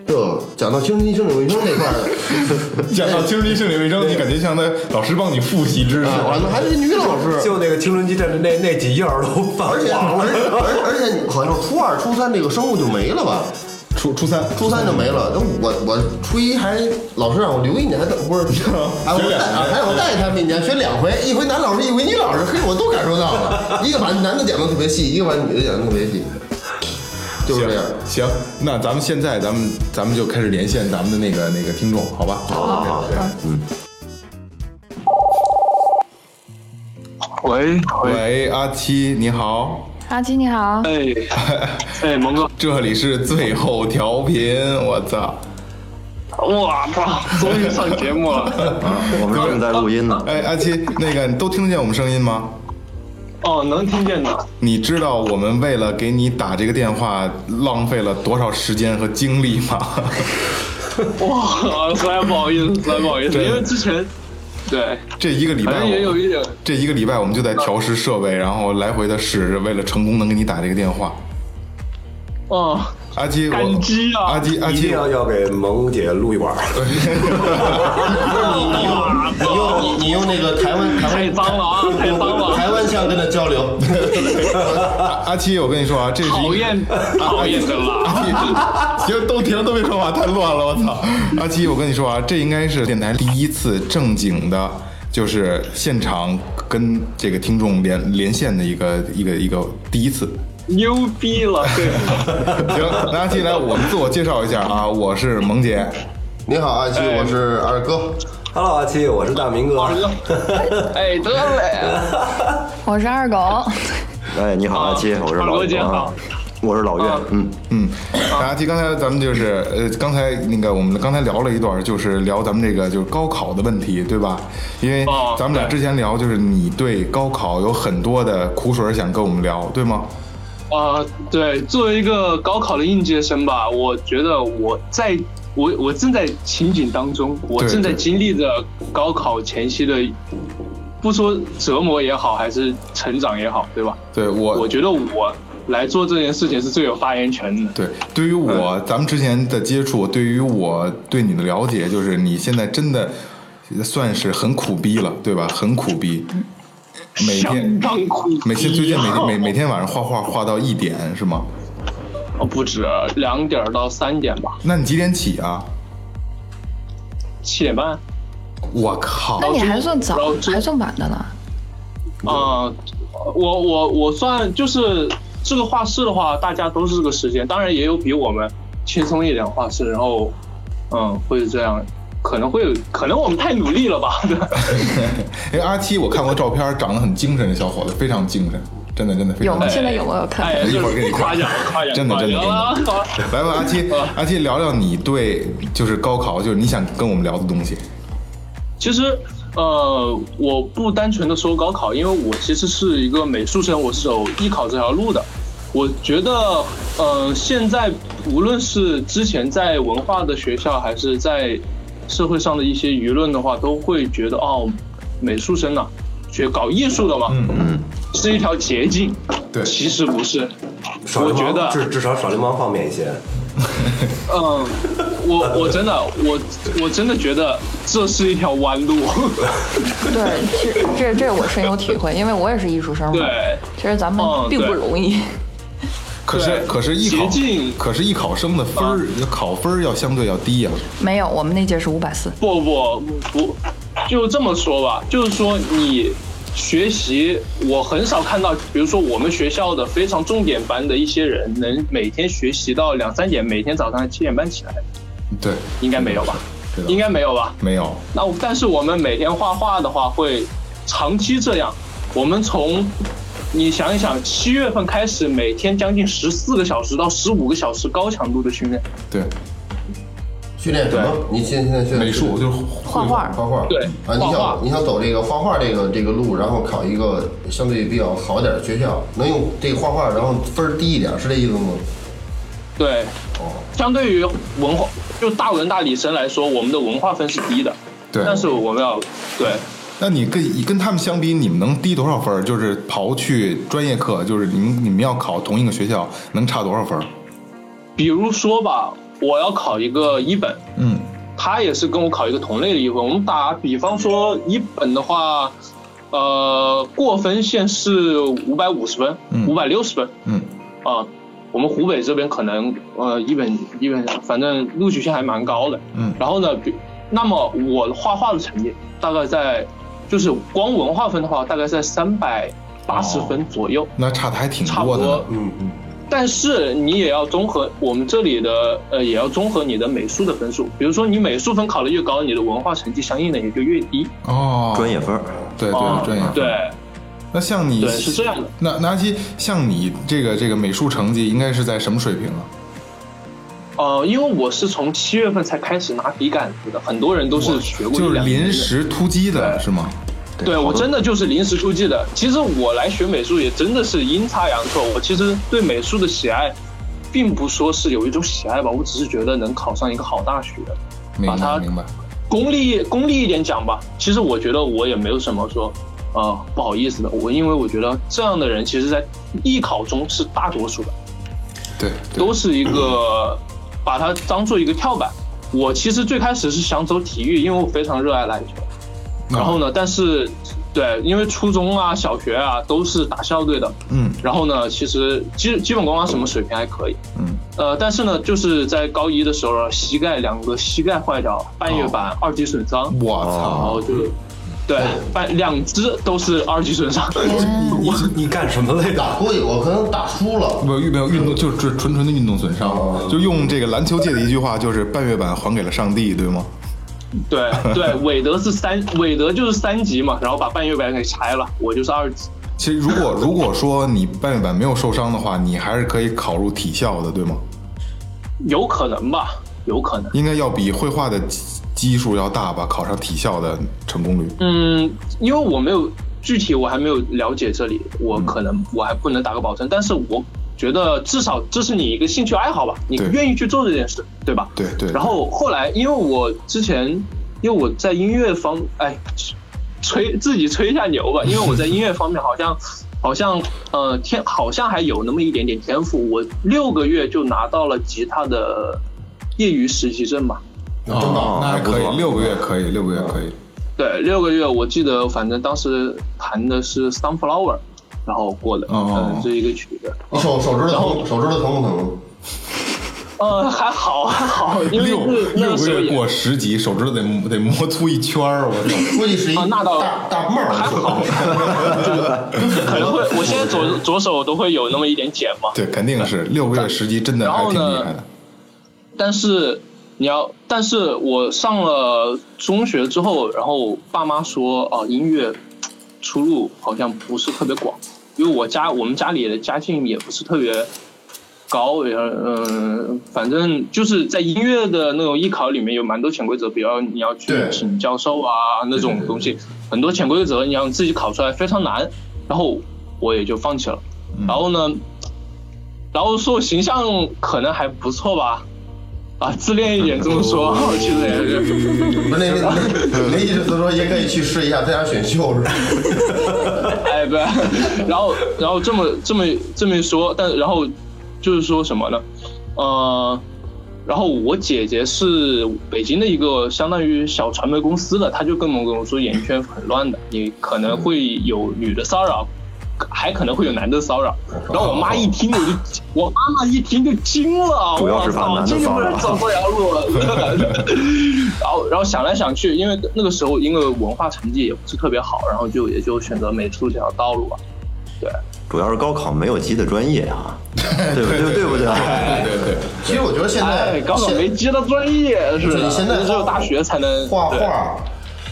Speaker 4: 这讲到精神心理卫生这块儿 (laughs) 的，
Speaker 3: 讲到青春期生理卫生，你感觉像在老师帮你复习知识。
Speaker 4: 啊完了还是女老师，
Speaker 5: 就那个青春期的那那几页儿都泛
Speaker 4: 而且
Speaker 5: 黄
Speaker 4: 而
Speaker 5: 了。 (laughs)
Speaker 4: 且而而且你好像初二、初三这个生物就没了吧？
Speaker 3: 初初三，
Speaker 4: 初三就没了，那我我初一还老师让我留一年，还不是，
Speaker 3: (laughs)
Speaker 4: 还我
Speaker 3: 学两
Speaker 4: 带
Speaker 3: 年
Speaker 4: 还让我带他们一年，学两回，一回男老师，一回女老师，嘿，我都感受到了，一个把男的讲的特别细，一个把女的讲的特别细，就是这样。
Speaker 3: 行，那咱们现在咱们咱们就开始连线咱们的那个那个听众，好吧？嗯好好好，
Speaker 8: 喂喂，
Speaker 3: 喂，阿七，你好，
Speaker 6: 阿七你好，
Speaker 8: 哎哎，蒙哥，
Speaker 3: 这里是最后调频，我操！
Speaker 8: 我操，终于上节目了。
Speaker 7: 啊，我们正在录音 (laughs) 呢。
Speaker 3: 哎，阿七，那个你都听得见我们声音吗？
Speaker 8: 哦，能听见的。
Speaker 3: 你知道我们为了给你打这个电话，浪费了多少时间和精力吗？ (laughs)
Speaker 8: 哇，实在不好意思，实在不好意思，
Speaker 3: 对
Speaker 8: 因为之前对，
Speaker 3: 这一个礼
Speaker 8: 反
Speaker 3: 拜
Speaker 8: 正也有一点。
Speaker 3: 这一个礼拜我们就在调试设备，然后来回的试，为了成功能给你打这个电话。
Speaker 8: 哦，
Speaker 3: 阿基，我
Speaker 8: 感激啊
Speaker 3: 阿基，阿
Speaker 5: 一
Speaker 3: 基
Speaker 5: 定，要要给萌姐录一碗，
Speaker 8: 哇
Speaker 4: 你用你你用那个台湾台湾
Speaker 8: 太脏了啊，太脏了，
Speaker 4: 台湾腔跟他交流，
Speaker 3: (laughs) 阿阿基，我跟你说啊，这是一
Speaker 8: 讨
Speaker 3: 个 (laughs)
Speaker 8: 厌讨厌的啦。
Speaker 3: 阿基 (laughs) 行，都停，都别说话，太乱了，我
Speaker 8: (laughs)
Speaker 3: 操！阿基，我跟你说啊，这应该是电台第一次正经的，就是现场跟这个听众连连线的一个一个一个第一次。
Speaker 8: 牛逼了，对，
Speaker 3: 行，那阿基来，我们自我介绍一下啊，我是萌姐，
Speaker 4: 你好，阿七，我是二哥。
Speaker 5: Hello，阿七，我是大明哥。
Speaker 8: 二哥，哎，得嘞，
Speaker 6: 我是二狗，
Speaker 7: 哎，你好，阿七，我是
Speaker 8: 二
Speaker 7: 老
Speaker 8: 哥姐
Speaker 7: 袁啊
Speaker 8: 好，
Speaker 7: 我是老
Speaker 8: 啊
Speaker 7: 岳，嗯，
Speaker 3: 嗯，那阿基，刚才咱们就是呃，刚才那个我们刚才聊了一段，就是聊咱们这个就是高考的问题，对吧？因为
Speaker 8: 哦
Speaker 3: 咱们俩
Speaker 8: 对
Speaker 3: 之前聊，就是你对高考有很多的苦水儿想跟我们聊，对吗？
Speaker 8: 啊，对，作为一个高考的应届生吧，我觉得我在我我正在情景当中，我
Speaker 3: 对
Speaker 8: 正在
Speaker 3: 对
Speaker 8: 经历着高考前夕的，不说折磨也好，还是成长也好，对吧？
Speaker 3: 对我，
Speaker 8: 我觉得我来做这件事情是最有发言权的。
Speaker 3: 对，对于我，
Speaker 8: 嗯
Speaker 3: 咱们之前的接触，对于我对你的了解，就是你现在真的算是很苦逼了，对吧？很苦逼，每
Speaker 8: 相
Speaker 3: 天
Speaker 8: 当苦逼啊，
Speaker 3: 每天最近每天每每天晚上画画画到一点是吗？
Speaker 8: 哦不止两点到三点吧，
Speaker 3: 那你几点起啊？
Speaker 8: 七点半。
Speaker 3: 我靠！
Speaker 6: 哎那你还算早
Speaker 8: 然后，这
Speaker 6: 还算晚的呢。
Speaker 3: 嗯
Speaker 8: 啊、我我我算就是这个画室的话，大家都是这个时间，当然也有比我们轻松一点的画室，然后嗯会是这样，可能会有可能我们太努力了吧，
Speaker 3: (laughs)
Speaker 8: 对吧
Speaker 3: 因为哎阿七，我看过照片，长得很精神，小伙子非常精神，真的真的非
Speaker 6: 有
Speaker 3: 常
Speaker 6: 吗？
Speaker 3: 精神。
Speaker 6: 现在有吗？我看
Speaker 8: 哎呀，
Speaker 3: 一会儿给你看
Speaker 8: 夸奖夸奖，
Speaker 3: 真的
Speaker 8: 夸
Speaker 3: 真的
Speaker 8: 奖啊！好
Speaker 3: 哎来吧，阿七，
Speaker 8: 啊
Speaker 3: 阿七，聊聊你对就是高考，就是你想跟我们聊的东西。
Speaker 8: 其实，呃，我不单纯的说高考，因为我其实是一个美术生，我是走艺考这条路的。我觉得，呃，现在无论是之前在文化的学校，还是在社会上的一些舆论的话，都会觉得哦，美术生呐、学搞艺术的嘛，
Speaker 3: 嗯
Speaker 7: 嗯，
Speaker 8: 是一条捷径。
Speaker 3: 对
Speaker 8: 其实不是。
Speaker 5: 少
Speaker 8: 我
Speaker 5: 流氓
Speaker 8: 觉得，
Speaker 5: 至至少少流氓方便一些。
Speaker 8: 嗯，我我真的我我真的觉得这是一条弯路。 (laughs)
Speaker 6: 对，其实这这我深有体会，因为我也是艺术生嘛。
Speaker 8: 对，
Speaker 6: 其实咱们
Speaker 8: 哦
Speaker 6: 并不
Speaker 8: 对
Speaker 6: 容易。
Speaker 3: 可是
Speaker 8: 对
Speaker 3: 可是艺考
Speaker 8: 捷径，啊
Speaker 3: 可是艺考生的分儿、考分儿要相对要低呀、
Speaker 6: 没有，我们那届是五百四。
Speaker 8: 不不不，就这么说吧，就是说你学习，我很少看到，比如说我们学校的非常重点班的一些人，能每天学习到两三点，每天早上七点半起来，
Speaker 3: 对，
Speaker 8: 应该没有吧？
Speaker 3: 知道
Speaker 8: 应该没有吧？
Speaker 3: 没有。
Speaker 8: 那我但是我们每天画画的话，会长期这样。我们从你想一想，七月份开始，每天将近十四个小时到十五个小时高强度的训练。
Speaker 3: 对，
Speaker 4: 训练什么？你现现在训练
Speaker 3: 美术就是
Speaker 6: 画画
Speaker 4: 画画，
Speaker 8: 对
Speaker 4: 啊，你
Speaker 8: 画画
Speaker 4: 想你想走这个画画这个这个路，然后考一个相对比较好点的学校，能用这个画画，然后分儿低一点，是这意思吗？
Speaker 8: 对，
Speaker 4: 哦，
Speaker 8: 相对于文化，就大文大理生来说，我们的文化分是低的。
Speaker 3: 对
Speaker 8: 但是我们要对
Speaker 3: 那你跟你跟他们相比，你们能低多少分儿？就是刨去专业课，就是你们你们要考同一个学校，能差多少分儿？
Speaker 8: 比如说吧，我要考一个一本，
Speaker 3: 嗯，
Speaker 8: 他也是跟我考一个同类的一本。我们打比方说，一本的话，呃，过分线是五百五十分
Speaker 3: 嗯，
Speaker 8: 五百六十分
Speaker 3: 嗯，
Speaker 8: 啊、我们湖北这边可能呃一本一本，反正录取线还蛮高的。
Speaker 3: 嗯
Speaker 8: 然后呢，比那么我画画的成绩大概在，就是光文化分的话，大概在三百八十
Speaker 3: 哦
Speaker 8: 分左右。
Speaker 3: 那差的还挺
Speaker 8: 差不
Speaker 3: 多的呢
Speaker 8: 多。，嗯嗯。但是你也要综合我们这里的，呃，也要综合你的美术的分数。比如说你美术分考得越高，你的文化成绩相应的也就越低。
Speaker 3: 哦，
Speaker 7: 专业分儿，
Speaker 3: 对对、
Speaker 8: 啊
Speaker 3: 专业分。
Speaker 8: 对
Speaker 3: 那像你
Speaker 8: 对是这样的。
Speaker 3: 那那阿西，像你这个这个美术成绩应该是在什么水平啊？
Speaker 8: 呃，因为我是从七月份才开始拿笔杆子的，很多人都是学过一
Speaker 3: 就是
Speaker 8: 两年的
Speaker 3: 临。时突击的是吗？
Speaker 8: 对我真的就是临时突击的。其实我来学美术也真的是阴差阳错。我其实对美术的喜爱，并不说是有一种喜爱吧，我只是觉得能考上一个好大学。
Speaker 3: 明
Speaker 8: 把
Speaker 3: 白
Speaker 8: 它
Speaker 3: 明白。
Speaker 8: 功利功利一点讲吧，其实我觉得我也没有什么说，呃，不好意思的。我因为我觉得这样的人，其实在艺考中是大多数的，
Speaker 3: 对对
Speaker 8: 都是一个把它当做一个跳板。我其实最开始是想走体育，因为我非常热爱篮球。然后？
Speaker 3: 啊
Speaker 8: 呢，但是对，因为初中啊、小学啊都是打校队的，
Speaker 3: 嗯
Speaker 8: 然后呢，其实基基本功啊什么水平还可以，
Speaker 3: 嗯，
Speaker 8: 呃，但是呢，就是在高一的时候，啊膝盖两个膝盖坏掉，半
Speaker 3: 哦
Speaker 8: 月板二级损伤，
Speaker 3: 嗯我
Speaker 8: 然
Speaker 3: 操！
Speaker 8: 后就对，
Speaker 3: 哦
Speaker 8: 半两只都是二级损伤， (laughs)
Speaker 5: 你你干什么来
Speaker 4: 打
Speaker 5: 的？
Speaker 4: 过去我可能打输了，
Speaker 3: 没有运没有运动，就是纯纯纯的运动损
Speaker 4: 哦
Speaker 3: 伤，就用这个篮球界的一句话，就是半月板还给了上帝，对吗？
Speaker 8: 对对，韦德是三，韦德就是三级嘛，然后把半月板给拆了，我就是二级，
Speaker 3: 其实如果 (laughs) 如果说你半月板没有受伤的话，你还是可以考入体校的，对吗？
Speaker 8: 有可能吧，有可能。
Speaker 3: 应该要比绘画的基基数要大吧，考上体校的成功率。
Speaker 8: 嗯，因为我没有具体，我还没有了解这里，我
Speaker 3: 嗯
Speaker 8: 可能我还不能打个保证，但是我觉得至少这是你一个兴趣爱好吧，你
Speaker 3: 对
Speaker 8: 愿意去做这件事，对吧？
Speaker 3: 对对
Speaker 8: 然后后来，因为我之前，因为我在音乐方，哎，吹自己吹一下牛吧，因为我在音乐方面好
Speaker 3: (laughs)
Speaker 8: 像，好像呃天，好像还有那么一点点天赋。我六个月就拿到了吉他的业余实习证吧。
Speaker 4: 真棒。
Speaker 3: 那还可
Speaker 7: 还
Speaker 3: 以，
Speaker 7: 不错
Speaker 3: 六个月可以，六个月可以。
Speaker 8: 对，六个月，我记得反正当时弹的是《Sunflower》，然后过的，
Speaker 3: 哦
Speaker 8: 嗯，这一个曲子，
Speaker 4: 你哦手手指头疼，手指头疼不疼？
Speaker 8: 呃，还好还好，因为
Speaker 3: 六
Speaker 8: 是那
Speaker 3: 六
Speaker 8: 个
Speaker 3: 个
Speaker 8: 时候
Speaker 3: 月
Speaker 8: 也
Speaker 3: 过十级，手指头得得磨粗一圈儿，我操！
Speaker 4: (laughs) 估计是一
Speaker 8: 啊那倒
Speaker 4: 大大帽儿，
Speaker 8: 还
Speaker 4: (laughs)
Speaker 8: 好， (laughs) 可能会，我现在
Speaker 3: (laughs)
Speaker 8: 左左手都会有那么一点茧嘛，
Speaker 3: 对，肯定是六个月十级，真的还挺厉害
Speaker 8: 然后
Speaker 3: 的
Speaker 8: 呢。但是你要，但是我上了中学之后，然后爸妈说，哦、音乐出路好像不是特别广，因为我家我们家里的家境也不是特别高，也嗯、反正就是在音乐的那种艺考里面有蛮多潜规则，比如你要去
Speaker 4: 对
Speaker 8: 请教授啊那种东西，很多潜规则你要自己考出来非常难，然后我也就放弃了。然后呢，然后说我形象可能还不错吧，啊，自恋一点这么说，我其实也是。
Speaker 4: (laughs) 不是那那那那意思说也可以去试一下参加选秀是吧？
Speaker 8: 哎，对，然后然后这么这么这么一说，但然后就是说什么呢？呃，然后我姐姐是北京的一个相当于小传媒
Speaker 7: 嗯
Speaker 8: 公司的，她就跟我跟我说演艺圈很乱的，你可能会有女的骚扰，还可能会有男的骚扰。
Speaker 7: 嗯
Speaker 8: 然后我妈一听我就，我妈妈一听就惊了，
Speaker 7: 主要
Speaker 8: 我
Speaker 7: 是怕
Speaker 8: 操，
Speaker 7: 男的
Speaker 8: 这就
Speaker 7: 骚
Speaker 8: 不
Speaker 7: 扰
Speaker 8: 能走这条路了。 (laughs) 然后然后想来想去，因为那个时候因为文化成绩也不是特别好，然后就也就选择美术这条道路吧。对，
Speaker 7: 主要是高考没有鸡的专业啊，对不对？对不对？
Speaker 3: 对对，
Speaker 4: 其实我觉得现在
Speaker 8: 哎，高考
Speaker 4: 现
Speaker 8: 没接到专业是
Speaker 4: 对
Speaker 8: 的，
Speaker 4: 现在
Speaker 8: 只有大学才能
Speaker 4: 画
Speaker 8: 对
Speaker 4: 画。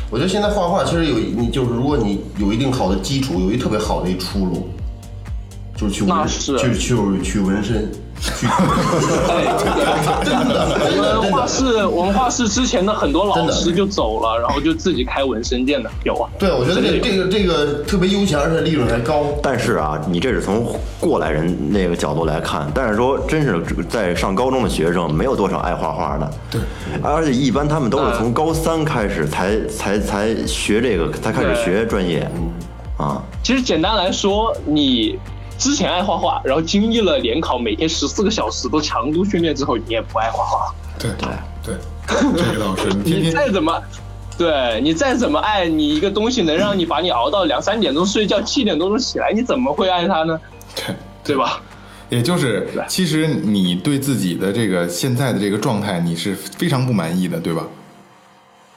Speaker 4: 我觉得现在画画其实有你就是，如果你有一定好的基础，有一特别好的一出路，就是去
Speaker 8: 那
Speaker 4: 纹，
Speaker 8: 是
Speaker 4: 就是去去纹身，
Speaker 8: (laughs)
Speaker 4: 去
Speaker 8: 哎对
Speaker 4: 真的真的
Speaker 8: 我
Speaker 4: 真的
Speaker 8: 们画室，我们画室之前的很多
Speaker 4: 真
Speaker 8: 老
Speaker 4: 的
Speaker 8: 师就走了，然后就自己开纹身店的，有啊。
Speaker 4: 对，我觉得这个这个这个特别悠闲，而且利润还高。
Speaker 7: 但是啊，你这是从过来人那个角度来看，但是说真是在上高中的学生没有多少爱画画的，对，而且一般他们都是从高三开始才才才学这个，才开始
Speaker 8: 对
Speaker 7: 学专业，啊，
Speaker 8: 其实简单来说，你之前爱画画，然后经历了联考每天十四个小时的强度训练之后，你也不爱
Speaker 4: (laughs)
Speaker 8: 画画了。
Speaker 3: (laughs) 对对，这个倒是，你天
Speaker 8: 你
Speaker 3: 天
Speaker 8: 再怎么，对你再怎么爱你一个东西，能让你把你熬到两三点钟睡觉，七点多钟起来，你怎么会爱它呢？
Speaker 3: 对。
Speaker 8: 对吧？
Speaker 3: 也就是
Speaker 8: 对，
Speaker 3: 其实你对自己的这个现在的这个状态，你是非常不满意的，对吧？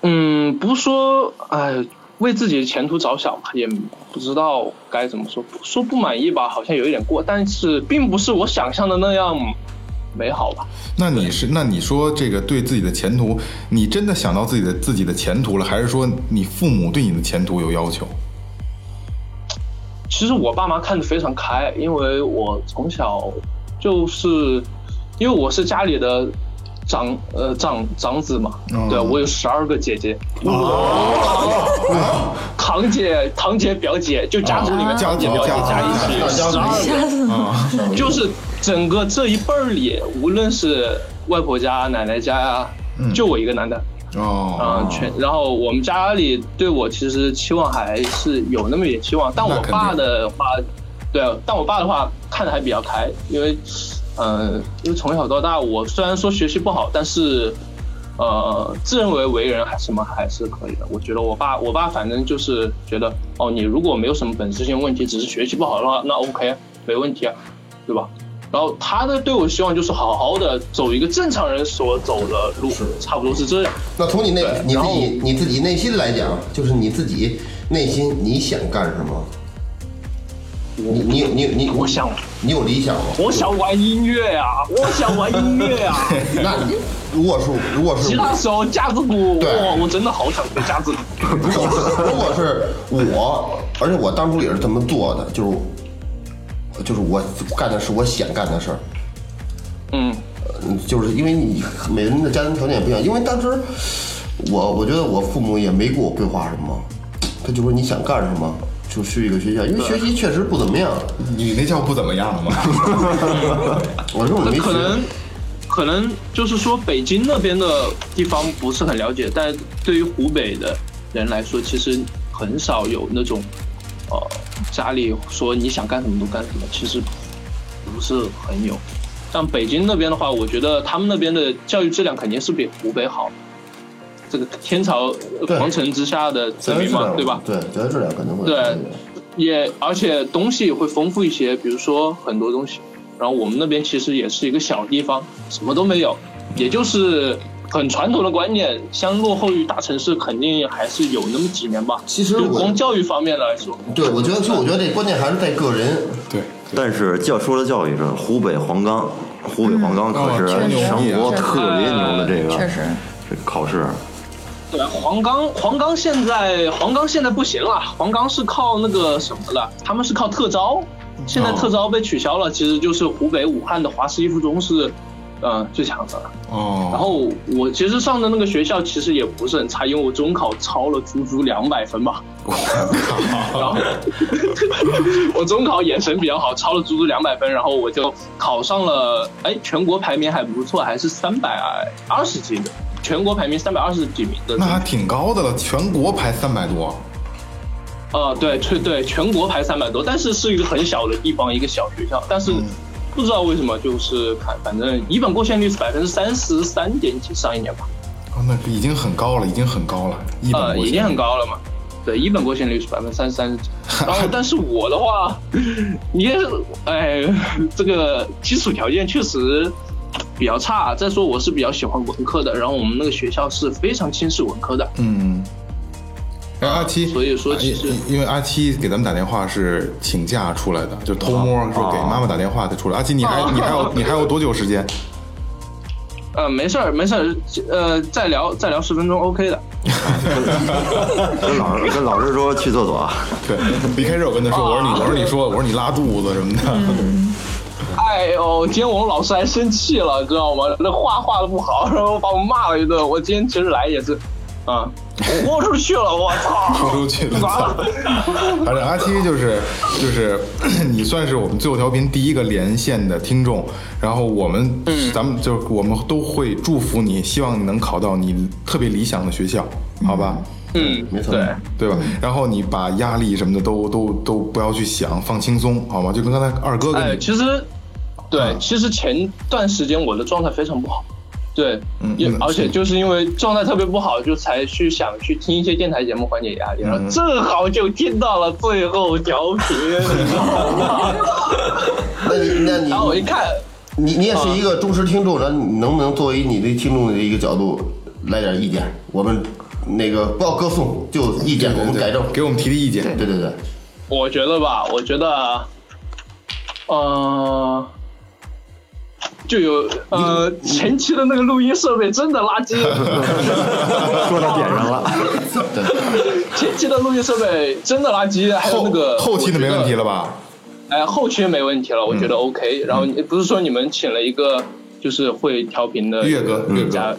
Speaker 8: 嗯，不说，哎，为自己的前途着想吧，也不知道该怎么说，说不满意吧，好像有一点过，但是并不是我想象的那样美好吧。
Speaker 3: 那你是，那你说这个对自己的前途，你真的想到自己的自己的前途了，还是说你父母对你的前途有要
Speaker 4: (laughs)
Speaker 3: 求？
Speaker 8: 其实我爸妈看得非常开，因为我从小就是，因为我是家里的长呃长长子嘛，
Speaker 3: 嗯
Speaker 8: 对我有十二个姐姐，
Speaker 3: 哦
Speaker 4: 哦
Speaker 8: 堂姐、堂姐、表姐，就家族里面
Speaker 3: 啊
Speaker 8: 堂姐、表姐
Speaker 3: 家族
Speaker 8: 加一起
Speaker 4: 家族
Speaker 8: 十二个
Speaker 6: 吓
Speaker 3: 啊
Speaker 6: 死了！
Speaker 8: 就是整个这一辈儿里，无论是外婆家、奶奶家呀、就我一个男的，
Speaker 3: 哦
Speaker 8: 嗯，，全。然后我们家里对我其实期望还是有那么一点期望，但
Speaker 3: 那
Speaker 8: 我
Speaker 3: 肯定
Speaker 8: 爸的话，对，啊但我爸的话看的还比较开，因为，呃，因为从小到大，我虽然说学习不好，但是，呃，自认为为人还什么还是可以的。我觉得我爸，我爸反正就是觉得，哦，你如果没有什么本质性问题，只是学习不好的话，那 OK，没问题啊，对吧？然后他的对我希望就是好好的走一个正常人所走的路，差不多是这样。
Speaker 4: 那从你内
Speaker 8: 对
Speaker 4: 你
Speaker 8: 然
Speaker 4: 自
Speaker 8: 后
Speaker 4: 己你自己内心来讲，就是你自己内心你想干什么？你你有你有你
Speaker 8: 我想
Speaker 4: 你有理想吗？
Speaker 8: 我想玩音乐呀、我想玩音乐呀、
Speaker 4: 那你如果是如果是
Speaker 8: 吉他手架子鼓，
Speaker 4: 对
Speaker 8: 哇，我真的好想学架子鼓。
Speaker 4: 如果是如果是我，而且我当初也是这么做的，就是就是我干的是我想干的事儿。
Speaker 8: 嗯，
Speaker 4: 嗯，就是因为你每个人的家庭条件也不一样，因为当时我我觉得我父母也没给我规划什么，他就说你想干什么就去一个学校，因为学习确实不怎么样，
Speaker 3: 你那叫不怎么样了吗？ (laughs)
Speaker 4: 我说我没学，
Speaker 8: 可能可能就是说北京那边的地方不是很了解，但对于湖北的人来说，其实很少有那种呃家里说你想干什么都干什么，其实不是很有。像北京那边的话，我觉得他们那边的教育质量肯定是比湖北好。这个天朝
Speaker 4: 对
Speaker 8: 皇城之下的子
Speaker 4: 咱
Speaker 8: 民
Speaker 4: 是
Speaker 8: 嘛，对吧？
Speaker 4: 对，咱质量肯定会
Speaker 8: 对
Speaker 4: 有差别
Speaker 8: 也而且东西也会丰富一些，比如说很多东西。然后我们那边其实也是一个小地方，什么都没有，也就是很传统的观念，相落后于大城市，肯定还是有那么几年吧。
Speaker 4: 其实
Speaker 8: 就
Speaker 4: 我
Speaker 8: 光教育方面来说，
Speaker 4: 对，我觉得，所以我觉得这关键还是在个人。
Speaker 3: 对，
Speaker 7: 但是教说到教育上，湖北黄冈，湖北黄冈可是
Speaker 3: 嗯确实
Speaker 7: 全国特别牛的这个
Speaker 6: 确实，
Speaker 7: 这考试，
Speaker 8: 对啊黄冈，黄冈现在黄冈现在不行了，黄冈是靠那个什么了，他们是靠特招，现在特招被取消了，其实就是湖北武汉的华师一附中是，呃，最强的了。
Speaker 3: 哦，
Speaker 8: 然后我其实上的那个学校其实也不是很差，因为我中考超了足足两百分吧。然后我中考眼神比较好，超了足足两百分，然后我就考上了，哎，全国排名还不错，还是三百二十几的，全国排名三百二十几名的。
Speaker 3: 那还挺高的了，全国排三百多。
Speaker 8: 呃，对，对对，全国排三百多，但是是一个很小的地方，一个小学校，但
Speaker 3: 嗯
Speaker 8: 是。不知道为什么，就是看，反正一本过线率是百分之三十三点几，上一年吧，
Speaker 3: 哦，那已经很高了，已经很高了，一
Speaker 8: 呃，
Speaker 3: 本过
Speaker 8: 已
Speaker 3: 去
Speaker 8: 经很高了嘛。对，一本过线率是百分之三十三十
Speaker 4: (laughs)
Speaker 8: 几。然后，但是我的话，你也哎，这个基础条件确实比较差。再说我是比较喜欢文科的，然后我们那个学校是非常轻视文科的。
Speaker 3: 嗯。然后阿七，哎
Speaker 8: 所以说其实
Speaker 3: 因因为阿七给咱们打电话是请假出来的，就偷摸说给妈妈打电话才出来。阿七，你还
Speaker 8: 哦
Speaker 3: 你还有你还有多久时间？
Speaker 8: 呃，没事儿，没事儿，呃，再聊再聊十分钟，OK 的。
Speaker 7: 跟老师跟老师说去厕所啊，
Speaker 3: 对，一开始我跟他说，我说你我说你说我说你拉肚子什么
Speaker 8: 嗯
Speaker 3: 的，
Speaker 8: 哎呦，今天我们老师还生气了，知道吗？那话画的不好， (laughs) 然后把我骂了一顿。我今天其实来也是，啊，豁出去了，我
Speaker 3: 豁
Speaker 4: (laughs)
Speaker 8: 操！
Speaker 3: 出去了。
Speaker 8: 完
Speaker 3: 操
Speaker 8: 了，
Speaker 3: 反正阿七就是就是 (coughs) 你算是我们最后调频第一个连线的听众，然后我们、
Speaker 8: 嗯
Speaker 3: 咱们就是我们都会祝福你，希望你能考到你特别理想的学校，好吧？
Speaker 8: 嗯，
Speaker 4: 没错
Speaker 8: 对，
Speaker 3: 对吧？
Speaker 8: 嗯
Speaker 3: 然后你把压力什么的都都都不要去想，放轻松，好吗？就跟刚才二哥跟
Speaker 8: 哎，
Speaker 3: 你啊
Speaker 8: 其实，对，其实前段时间我的状态非常不好，对，
Speaker 3: 嗯
Speaker 8: 也
Speaker 3: 嗯
Speaker 8: 而且
Speaker 3: 是
Speaker 8: 就是因为状态特别不好，就才去想去听一些电台节目啊缓解压力，然
Speaker 3: 嗯
Speaker 8: 后正好就听到了最后调
Speaker 3: (laughs)
Speaker 8: 频，你知道吗？
Speaker 4: 那你那你
Speaker 8: (laughs) 然后我一看，
Speaker 4: 你你也是一个忠实听众，然后你能不能作为你对听众的一个角度来点意见？我们那个不要歌颂，就意见，我们改正。
Speaker 3: 给我们提提意 (laughs) 见。
Speaker 4: 对对对，
Speaker 8: 我觉得吧，我觉得，呃，就有呃前期的那个录音设备真的垃
Speaker 3: (laughs)
Speaker 8: 圾，
Speaker 7: 说到点上了。
Speaker 8: 前期的录音设备真的垃圾，还有
Speaker 3: 后
Speaker 8: 那个
Speaker 3: 后期的没问题啊了吧？
Speaker 8: 哎，后期没问题了，我觉得 OK、然后你不是说你们请了一个就是会调频的
Speaker 3: 岳哥岳哥
Speaker 8: 家，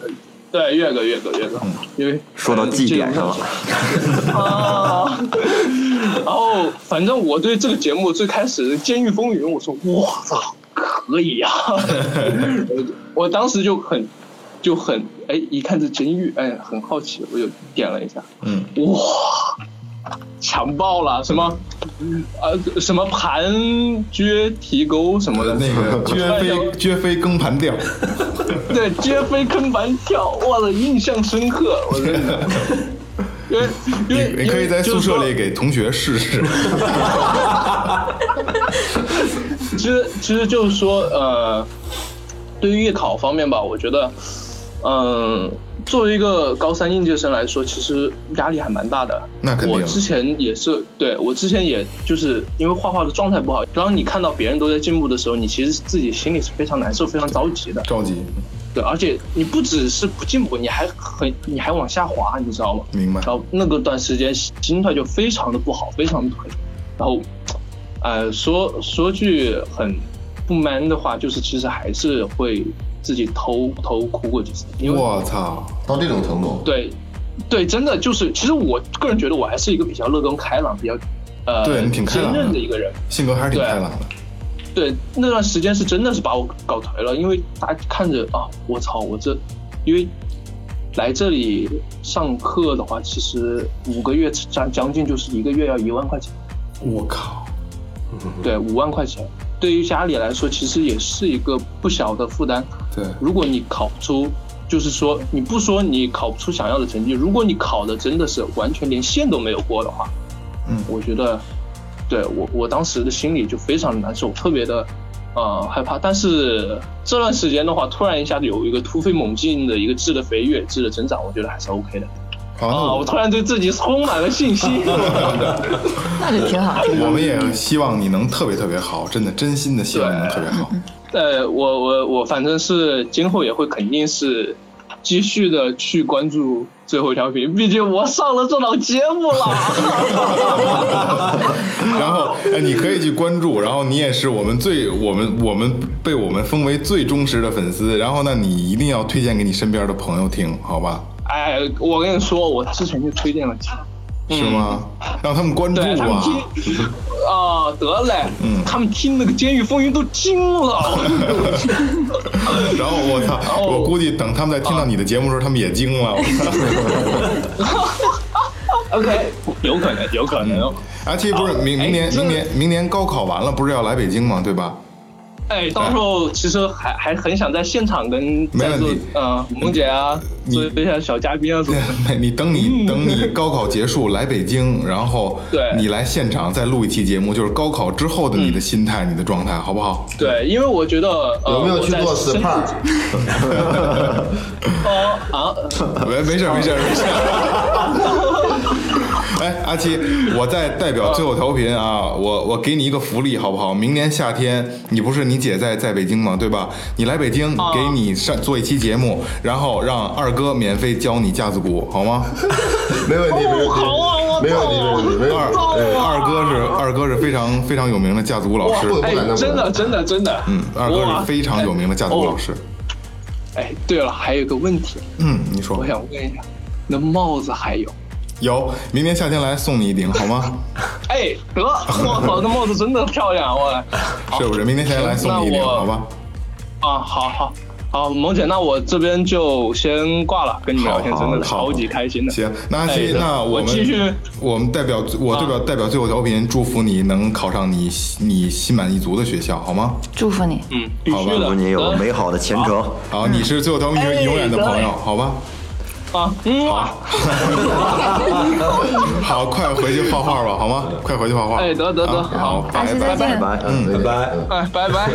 Speaker 8: 对，岳哥，岳哥，岳哥，因为
Speaker 7: 嗯说到绩点
Speaker 8: (laughs)
Speaker 7: 上了。
Speaker 8: 啊，然后哦反正我对这个节目最开始《监狱风云》，我说我操，可以
Speaker 7: (laughs)
Speaker 8: 呀、我我当时就很就很哎，一看这监狱，哎，很好奇，我就点了一下，
Speaker 3: 嗯，
Speaker 8: 哇，强爆了，什么呃什么盘撅提钩什么的，
Speaker 3: 那 (laughs) 个撅飞撅飞更盘调，
Speaker 8: 对，撅飞坑板跳，我的印象深刻，我真
Speaker 3: (laughs)
Speaker 8: 的。因为因为
Speaker 3: 你你可以在宿舍，
Speaker 8: 因
Speaker 3: 里
Speaker 8: 为
Speaker 3: 给同学试试。
Speaker 8: (laughs) 就是说其实其实就是说，呃，对于艺考方面吧，我觉得，嗯、作为一个高三应届生来说，其实压力还蛮大的。
Speaker 3: 那肯定
Speaker 8: 我之前也是，对我之前也就是因为画画的状态不好，然后你看到别人都在进步的时候，你其实自己心里是非常难受、非常着急的。
Speaker 3: 着急，
Speaker 8: 对，而且你不只是不进步，你还很你还往下滑，你知道吗？
Speaker 3: 明白
Speaker 8: 然后那个段时间心态就非常的不好，非常的颓。然后，呃，说说句很不 man 的话，就是其实还是会自己偷偷哭过几次，因为
Speaker 3: 我操！
Speaker 4: 到这种程度，
Speaker 8: 对对，真的就是，其实我个人觉得我还是一个比较乐观开朗、比较呃
Speaker 3: 对你挺开朗
Speaker 8: 坚
Speaker 3: 的
Speaker 8: 韧的一个人。
Speaker 3: 性格还是挺开朗的。
Speaker 8: 对，那段时间是真的是把我搞颓了，因为大家看着啊，我操，我这，因为来这里上课的话，其实五个月将将近就是一个月要一万块钱，
Speaker 3: 我靠！
Speaker 8: 对，五万块钱，对于家里来说其实也是一个不小的负担。
Speaker 3: 对，
Speaker 8: 如果你考不出，就是说你不说你考不出想要的成绩，如果你考的真的是完全连线都没有过的话，
Speaker 3: 嗯
Speaker 8: 我觉得，对我我当时的心里就非常的难受，特别的，呃，害怕。但是这段时间的话，突然一下子有一个突飞猛进的一个质的飞跃、质的增长，我觉得还是 OK 的。
Speaker 3: 好，那
Speaker 8: 啊，我
Speaker 3: 我
Speaker 8: 突然对自己充满了信心。
Speaker 6: 那就挺好。
Speaker 3: 我们也希望你能特别特别好，真的，真心的希望你能特别好。
Speaker 8: 呃，我我我反正是今后也会肯定是继续的去关注最后调频，毕竟我上了这档节目了。
Speaker 3: 然后，哎，你可以去关注，然后你也是我们最我们我们被我们封为最忠实的粉丝。然后呢，你一定要推荐给你身边的朋友听，好吧？
Speaker 8: (laughs) 哎，我跟你说，我之前就推荐了几个，
Speaker 3: 是吗？让他们关注
Speaker 8: 嗯对他们
Speaker 3: 啊！
Speaker 8: 听，啊、得嘞，
Speaker 3: 嗯
Speaker 8: 他们听那个《监狱风云》都惊了。
Speaker 3: (laughs) 然后我操，
Speaker 8: 后
Speaker 3: 我估计等他们在听到你的节目的时候，他们也惊
Speaker 8: (laughs)
Speaker 3: 了。我操
Speaker 8: OK，有可能，有可能。
Speaker 3: 嗯阿七不是明明年
Speaker 8: 哎哎这 (laughs)
Speaker 3: 明年明年高考完了，不是要来北京吗？对吧？ (laughs)
Speaker 8: 哎，到时候其实还还很想在现场跟
Speaker 3: 没
Speaker 8: 在
Speaker 3: 问
Speaker 8: 座
Speaker 3: 题
Speaker 8: 呃萌姐啊，
Speaker 3: 你
Speaker 8: 做一下小嘉宾啊什么的。
Speaker 3: 对你等你等你高考结束来北京，然后
Speaker 8: 对
Speaker 3: 你来现场再录一期节目，就是高考之后的你的心态、你的状态，好不好？
Speaker 8: 对，因为我觉得呃，
Speaker 4: 有没有去做
Speaker 8: 我在深
Speaker 4: SPA？
Speaker 8: 哦啊，
Speaker 3: 没没事儿没事儿没事儿。哎，阿七，我再代表最后调频啊，我我给你一个福利好不好？明年夏天，你不是你姐在在北京吗？对吧？你来北京，给你上做一期节目，然后让二哥免费教你架子鼓，好
Speaker 8: (laughs)
Speaker 3: 吗？
Speaker 4: 没
Speaker 8: 哦
Speaker 4: 问题，没问题，
Speaker 8: 啊
Speaker 4: 没问题，没问题，没
Speaker 3: 二
Speaker 4: 问题。
Speaker 3: 哎二哥是二哥是非常非常有名的架子鼓老师，
Speaker 4: 不
Speaker 8: 哎
Speaker 4: 敢当不敢，
Speaker 8: 真的真的真的，
Speaker 3: 嗯，二哥
Speaker 8: 哇
Speaker 3: 是非常有名的架子鼓老师。
Speaker 8: 哎，对了，还有一个问题，
Speaker 3: 嗯，你说
Speaker 8: 我想问一下，那帽子还有？
Speaker 3: 有？明年夏天来送你一顶好吗？
Speaker 8: 哎，得，
Speaker 3: (laughs)
Speaker 8: 我操，那帽子真的漂亮，啊我好
Speaker 3: 是不是？明年夏天来送你一顶
Speaker 8: 那我
Speaker 3: 好吧？
Speaker 8: 啊，好好好，萌姐，那我这边就先挂了，跟你聊天
Speaker 7: 好
Speaker 8: 真的
Speaker 3: 好
Speaker 8: 超级开心的。
Speaker 3: 行，那阿
Speaker 8: 哎
Speaker 3: 西，
Speaker 8: 对
Speaker 3: 那
Speaker 8: 我
Speaker 3: 们
Speaker 8: 继续啊
Speaker 3: 我们代表我代表代表最后调频，祝福你能考上你你心满意足的学校，好吗？
Speaker 6: 祝福你。
Speaker 8: 嗯，必须
Speaker 3: 好吧
Speaker 8: 的，
Speaker 7: 祝你有
Speaker 8: 得
Speaker 7: 美好的前程。
Speaker 4: 啊
Speaker 3: 好，你是最后调频
Speaker 8: 哎
Speaker 3: 永远的朋友，
Speaker 8: 得嘞
Speaker 3: 好吧？
Speaker 8: 啊，嗯哇，
Speaker 3: 好，快回去画画吧，好吗？快回去画画。
Speaker 8: 哎，得得得，
Speaker 3: 啊好，
Speaker 8: 好，
Speaker 6: 阿
Speaker 3: 拜
Speaker 6: 西
Speaker 3: 拜
Speaker 6: 再。见。
Speaker 7: 拜拜。嗯
Speaker 5: 拜拜。
Speaker 8: 哎，拜拜。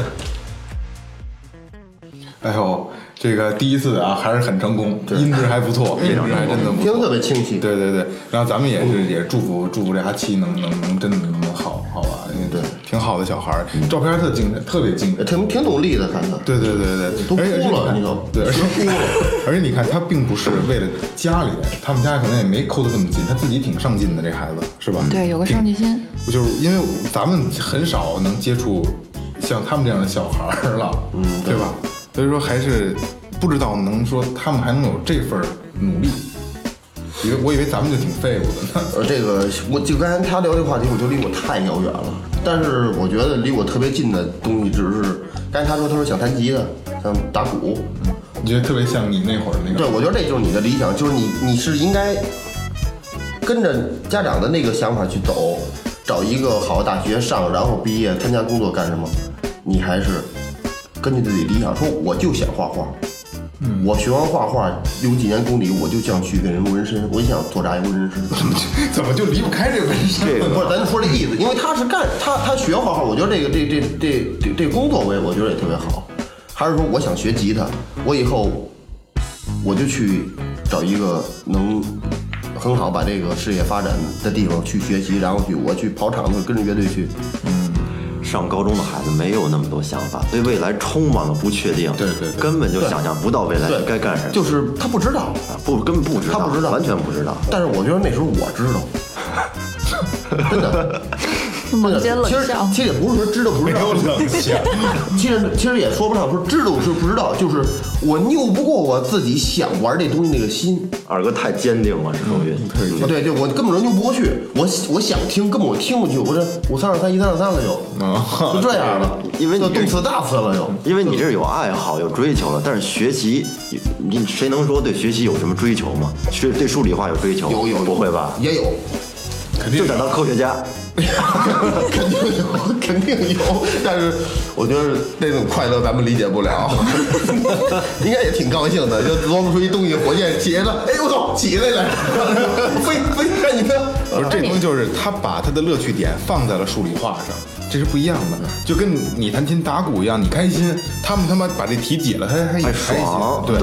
Speaker 3: 哎呦，这个第一次啊，还是很成功，音质还不错，音质还真的不
Speaker 4: 听得特
Speaker 3: 错。
Speaker 4: 别清晰。
Speaker 3: 对对对，然后咱们也是也祝福祝福这阿七能能能真的能能好好吧，因为对挺好的小孩儿，照片儿特精神，特别精神。
Speaker 4: 呃挺挺努力的，看他。
Speaker 3: 对对对对，
Speaker 4: 都哭
Speaker 3: 而且
Speaker 4: 了
Speaker 3: 而且
Speaker 4: 你
Speaker 3: 看
Speaker 4: 都
Speaker 3: 对，而且哭了， (laughs) 而且你看他并不是为了家里，他们家可能也没抠得这么紧，他自己挺上进的这孩子是吧？
Speaker 6: 对，有个
Speaker 3: 挺
Speaker 6: 上进心。
Speaker 3: 就是因为咱们很少能接触像他们这样的小孩儿了，嗯，对吧？所以说还是不知道能说他们还能有这份儿努力，以为我以为咱们就挺废物的呢。 (laughs)
Speaker 4: 呃，这个我就刚才他聊这话题，我觉得离我太遥远了。但是我觉得离我特别近的东西，只是刚才他说他说想弹吉他，想打鼓，
Speaker 3: 你觉得特别像你那会儿那
Speaker 4: 对
Speaker 3: 个，
Speaker 4: 我觉得这就是你的理想，就是你你是应该跟着家长的那个想法去走，找一个好的大学上，然后毕业参加工作干什么？你还是根据自己理想说，我就想画画。
Speaker 3: 嗯
Speaker 4: 我学完画画，有几年功底，我就想去给人纹纹身，我也想做扎一纹身师。
Speaker 3: (laughs) 怎么就离不开这纹身？
Speaker 7: 这
Speaker 4: 不
Speaker 7: 个
Speaker 4: 是，咱就说这意思，因为他是干他他学画画，我觉得这个这这这这这工作我也我觉得也特别好。还是说我想学吉他，我以后我就去找一个能很好把这个事业发展的地方去学习，然后去我去跑场子跟着乐队去。
Speaker 7: 上高中的孩子没有那么多想法，对未来充满了不确定，
Speaker 3: 对对对
Speaker 7: 根本就想象不到未来
Speaker 4: 对，
Speaker 7: 该干什么，
Speaker 4: 就是他不知道，
Speaker 7: 不根本不知道，
Speaker 4: 他不知道
Speaker 7: 完全不知道。
Speaker 4: 但是我觉得那时候我知道。真的，
Speaker 6: 猛接冷
Speaker 4: 其实
Speaker 6: 笑。
Speaker 4: 其实也不是说知道不
Speaker 3: (laughs)
Speaker 4: 知
Speaker 3: 没
Speaker 4: 道，
Speaker 3: 有冷笑。
Speaker 4: 其实其实也说不上说知道是不知道，就是我拗不过我自己想玩这东西那个心。
Speaker 7: 二哥太坚定了，是属于。
Speaker 4: 啊，对对，我根本就拗不过去，我我想听，根本我听不去，我这五三二三一三二三了就，
Speaker 3: 啊嗯
Speaker 4: 就这
Speaker 3: (laughs)
Speaker 4: 样了，
Speaker 7: 因为你
Speaker 4: 就
Speaker 7: 这
Speaker 4: 动词大词了就。
Speaker 7: 因为你这是有爱好、有追求的，但是学习，你谁能说对学习有什么追求吗？学对数理化有追求？
Speaker 4: 有有有
Speaker 7: 不会吧？
Speaker 4: 也有，
Speaker 7: 就想当科学家，
Speaker 4: 肯定有，肯定有，但是 (laughs) 我觉得那种快乐咱们理解
Speaker 3: (laughs)
Speaker 4: 不了，应该也挺高兴的，就琢磨出一东西，火箭起来了，哎我操，起来了， (laughs) 飞飞，赶紧飞！
Speaker 3: 不是这东西，就是他把他的乐趣点放在了数理化上，这是不一样的，就跟你弹琴打鼓一样，你开心，他们他妈把这题解了，他还
Speaker 4: 哎
Speaker 3: 还
Speaker 7: 还
Speaker 3: 开心
Speaker 7: 爽，，
Speaker 3: 对，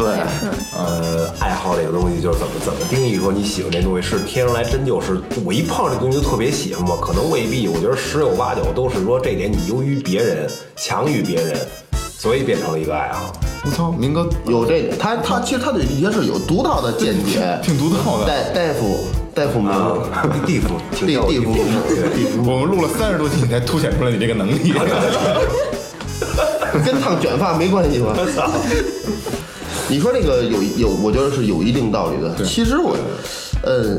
Speaker 5: 呃，爱好这个东西就是怎么怎么定义说你喜欢这东西是天生来真就是我一碰这东西就特别喜欢吗？可能未必，我觉得十有八九都是说这点你优于别人，强于别人，所以变成了一个爱好。
Speaker 3: 我操，明哥
Speaker 4: 有这个，他他其实他对这些是有独到的见
Speaker 3: (laughs)
Speaker 4: 解，
Speaker 3: 挺独到的
Speaker 4: 大大夫大夫
Speaker 5: 啊
Speaker 4: 们。，
Speaker 5: 地府挺
Speaker 4: 地
Speaker 5: 有
Speaker 4: 地府
Speaker 5: 地对
Speaker 3: 我们录了三十多期，你才凸显出来你这个能
Speaker 4: (laughs)
Speaker 3: 力。
Speaker 4: 跟烫卷发没关
Speaker 3: (laughs)
Speaker 4: 系吧？你说这个有有，我觉得是有一定道理的。其实我，呃，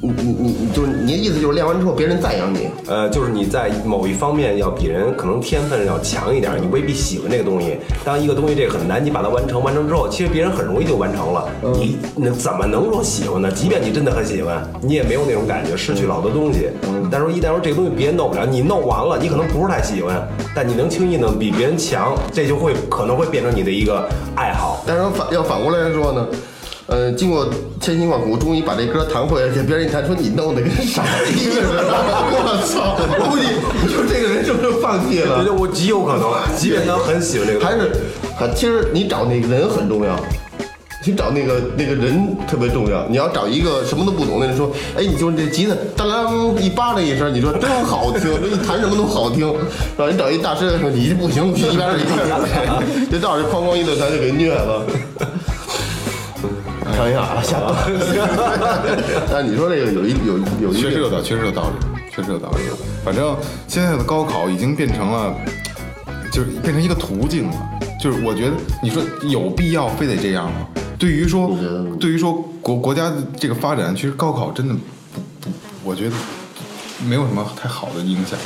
Speaker 4: 你你你你就是你的意思就是练完之后别人赞扬你，
Speaker 5: 呃，就是你在某一方面要比人可能天分要强一点，你未必喜欢这个东西。当一个东西这个很难，你把它完成，完成之后，其实别人很容易就完成了。你那怎么能说喜欢呢？即便你真的很喜欢，你也没有那种感觉，失去了好多东西。但是，一旦说这个东西别人弄不了，你弄完了，你可能不是太喜欢，但你能轻易的比别人强，这就会可能会变成你的一个爱好。
Speaker 4: 但是反要反过来说呢，呃，经过千辛万苦，终于把这歌弹回来，给别人一弹说你弄得跟傻逼似的，我操！我估计你说这个人是不是放弃
Speaker 5: 我觉得
Speaker 4: 了？
Speaker 5: 我极有可能，即便他很喜欢这个东
Speaker 4: 还
Speaker 5: 西，
Speaker 4: 是，还其实你找那个人很重要。你找那个那个人特别重要，你要找一个什么都不懂的人说，哎，你就这吉他当啷一扒拉一声，你说真好听，你弹什么都好听，然后你找一大师说你这不行，你一边儿一边儿，这到时哐哐一顿弹就给虐了。开玩笑啊，吓到。但是你说这个有一有有一
Speaker 3: 确实有
Speaker 4: 个
Speaker 3: 道，确实有道理，确实有道理。反正现在的高考已经变成了，就是变成一个途径了。就是我觉得，你说有必要非得这样吗？对于说，对于说国国家的这个发展，其实高考真的不不，我觉得没有什么太好的影响。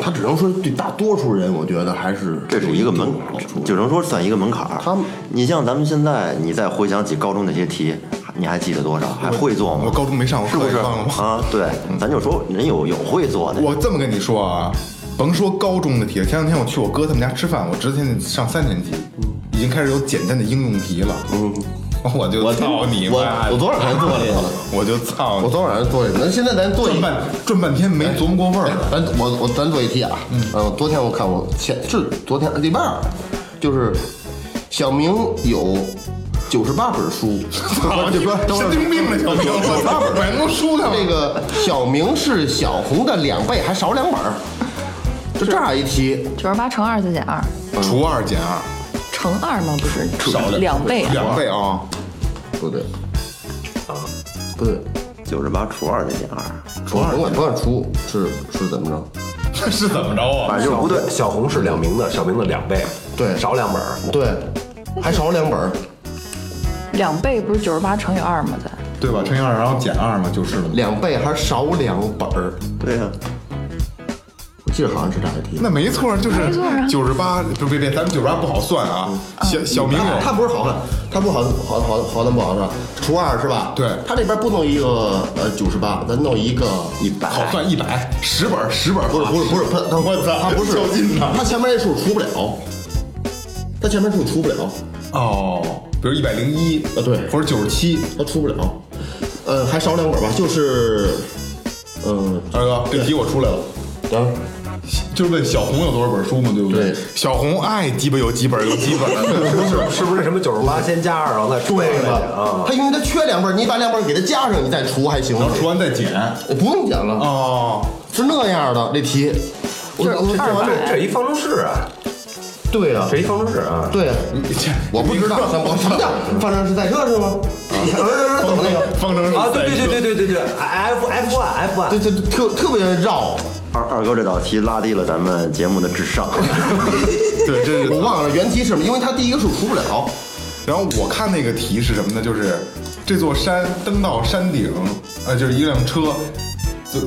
Speaker 4: 他只能说对大多数人，我觉得还是
Speaker 7: 这是一个门
Speaker 4: 有定好处，
Speaker 7: 只能说算一个门槛儿。
Speaker 4: 嗯他们
Speaker 7: 你像咱们现在，你再回想起高中那些题，你还记得多少？还会做吗？
Speaker 3: 我高中没上过
Speaker 7: 是不
Speaker 3: 课
Speaker 7: 是
Speaker 3: 你忘了吗
Speaker 7: 啊？对，咱就说人有有会做
Speaker 3: (laughs)
Speaker 7: 的，
Speaker 3: 我这么跟你说啊，甭说高中的题了，前两天我去我哥他们家吃饭，我侄子现在上三年级，已经开始有简单的应用题了。嗯，我就
Speaker 4: 我
Speaker 3: 操你
Speaker 4: 我
Speaker 3: 妈！
Speaker 4: 我昨晚还做这个了，
Speaker 3: 我就操
Speaker 4: 我
Speaker 3: 你！
Speaker 4: 昨晚还做这个，那现在咱做一
Speaker 3: 转
Speaker 4: 哎
Speaker 3: 半转半天没琢磨过味儿来。
Speaker 4: (laughs) 咱我我咱做一题啊，嗯，昨天我看我前是昨天礼拜二，就是小明有九十八本
Speaker 3: (laughs)
Speaker 4: 书，
Speaker 3: 我就说神经病了，小明，我操，买能输他
Speaker 4: 这个小明是小红的两倍，还少两本儿，就这样一题，
Speaker 6: 九十八乘二再减二，
Speaker 3: 除二减二，
Speaker 6: 乘二吗？不是，
Speaker 3: 少了
Speaker 6: 两倍啊。
Speaker 3: 两倍
Speaker 4: (laughs)
Speaker 3: 啊！
Speaker 4: 不对，啊，不对，
Speaker 7: 九十八除二那减啊二，
Speaker 4: 除二甭管不管除是是怎么着？
Speaker 3: 这是怎么着啊？
Speaker 7: 反正就是不对。
Speaker 5: 小红是两名的，小明的两倍，
Speaker 4: 对
Speaker 5: 少两本儿。
Speaker 4: 对，还少两本儿，
Speaker 6: 两倍不是九十八乘以二吗？咱
Speaker 3: 对吧？乘以二，然后减二嘛，就是了。
Speaker 4: 两倍还少两本儿，
Speaker 7: 对呀、
Speaker 4: 我记得好像是这样一题。
Speaker 3: 那没错，就是
Speaker 6: 没错啊
Speaker 3: 九十八，不别别，咱们九十八不好算啊。
Speaker 4: 嗯
Speaker 3: 小小明有
Speaker 4: 他不是好看，他不是好好好好咱不好看，除二是吧？
Speaker 3: 对
Speaker 4: 他这边不弄一个呃九十八，咱弄一个
Speaker 7: 一百
Speaker 3: 好算一百，十本儿十本儿，
Speaker 4: 不是不是不是他他我操，他不是
Speaker 3: 较劲呢
Speaker 4: 他前面那数除不了，他前面数除不了，
Speaker 3: 哦，比如一百零一
Speaker 4: 啊对
Speaker 3: 或者九十七，
Speaker 4: 他除不了，呃还少两本吧，就是，嗯
Speaker 3: 二哥这题我出来了。
Speaker 4: 啊
Speaker 3: 就是问小红有多少本书嘛，对不
Speaker 4: 对
Speaker 3: 小红爱鸡巴有几本有几
Speaker 4: (laughs)
Speaker 3: 本，
Speaker 5: 不是，是不是什么九十八先加二，然后再除以
Speaker 4: 对吧
Speaker 5: 啊？？
Speaker 4: 他因为他缺两本，你把两本给他加上，你再除还行
Speaker 3: 然。后除完再减。
Speaker 4: 不用讲了，
Speaker 3: 哦，
Speaker 4: 是那样的这题，我
Speaker 6: 就是
Speaker 4: 我
Speaker 6: 二
Speaker 5: 这
Speaker 6: 百
Speaker 5: 这一方程式啊，
Speaker 4: 对啊
Speaker 5: 这一方程式啊，
Speaker 4: 对啊。
Speaker 3: 这
Speaker 4: 我不知道，我什么叫方程式赛车是吗？你儿子怎么那个？
Speaker 3: 方程式
Speaker 5: 啊，
Speaker 3: 再
Speaker 5: 对对
Speaker 3: 说
Speaker 5: 对对对对对，F F one F one，
Speaker 4: 对对，特特别绕，
Speaker 7: 二二哥这道题拉低了咱们节目的智商。
Speaker 3: 对，真是
Speaker 4: 我忘了原题是什么，因为它第一个数出不了。
Speaker 3: 然后我看那个题是什么呢？就是这座山登到山顶，呃，就是一辆车，就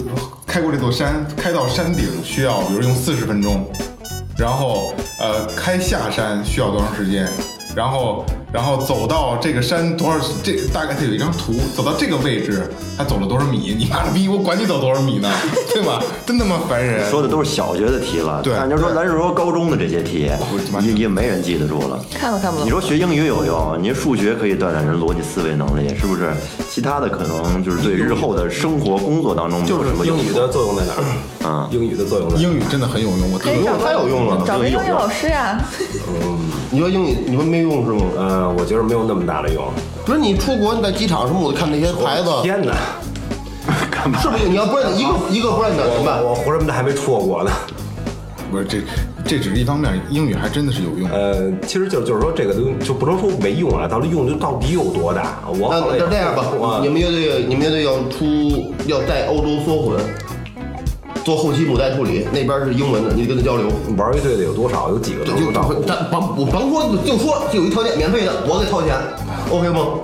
Speaker 3: 开过这座山，开到山顶需要，比如用四十分钟，然后呃，开下山需要多长时间？然后，然后走到这个山多少？这大概它有一张图，走到这个位置，他走了多少米？你妈了逼，我管你走多少米呢，对吧？真他妈烦人！
Speaker 7: 说的都是小学的题了，
Speaker 3: 对
Speaker 7: 但就是说咱是说高中的这些题
Speaker 3: 妈，
Speaker 7: 也也没人记得住了。
Speaker 6: 看都看不懂
Speaker 7: 你。说学英语有用，你数学可以锻炼人逻辑思维能力，是不是？其他的可能就是对日后的生活、工作当中没有什么用
Speaker 5: 英语
Speaker 7: 处。
Speaker 5: 的作用在哪儿？
Speaker 7: 啊
Speaker 5: 英语的作用在哪儿？
Speaker 3: 英语真的很有用，我特
Speaker 6: 可以找
Speaker 4: 太有用了这
Speaker 6: 找个
Speaker 4: 个
Speaker 6: 英
Speaker 4: 有
Speaker 6: 语
Speaker 4: 用
Speaker 6: 老师呀。
Speaker 4: 你说英语你们没用是吗？
Speaker 5: 呃，我觉得没有那么大的用。
Speaker 4: 不是你出国你在机场什么，我就看那些牌子，
Speaker 5: 天哪，
Speaker 4: 是不是？你要不认一个一个不认得怎么办？
Speaker 5: 我活这么大还没出过国呢。
Speaker 3: 不是这，这只是一方面，英语还真的是有用。
Speaker 5: 呃，其实就是就是说这个东西就不能说没用啊，到底用就到底有多大？我
Speaker 4: 那
Speaker 5: 好像也
Speaker 4: 那这样吧
Speaker 5: 我，
Speaker 4: 你们乐队你们乐队要出要在欧洲缩混，做后期补带处理，那边是英文的，你得跟他交流。
Speaker 5: 玩乐队的有多少？有几个
Speaker 4: 就
Speaker 5: 能
Speaker 4: 就
Speaker 5: 用到？
Speaker 4: 咱甭我甭说，就说就有一条件免费的，我给掏钱，OK 吗？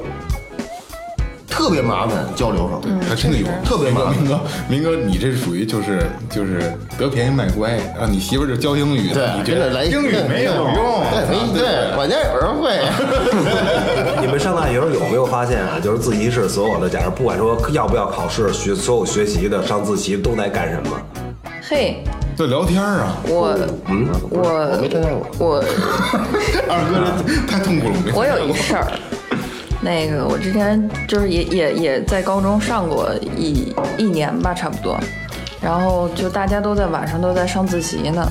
Speaker 4: 特别麻烦交流上。
Speaker 3: 还真的有，
Speaker 4: 特别麻烦
Speaker 3: 明哥，明哥，你这属于就是就是得便宜卖乖，然后你媳妇儿就教英语，
Speaker 4: 对，
Speaker 3: 你觉
Speaker 4: 真的
Speaker 3: 得
Speaker 4: 来一
Speaker 3: 英语没有用，
Speaker 4: 对没啊对，管家有人会。
Speaker 5: 你们上大学时候有没有发现啊？就是自习室所有的，假如不管说要不要考试，学所有学习的上自习都在干什么？
Speaker 6: 嘿，
Speaker 3: 就聊天儿
Speaker 4: (laughs)
Speaker 3: 啊，
Speaker 6: 我
Speaker 4: 嗯我没
Speaker 6: 我
Speaker 4: 参加过，
Speaker 6: 我
Speaker 3: 二哥这太痛苦了，没
Speaker 6: 我
Speaker 3: 参加
Speaker 6: 有一
Speaker 3: 过
Speaker 6: 事儿，那个我之前就是也也也在高中上过一一年吧，差不多。然后就大家都在晚上都在上自习呢，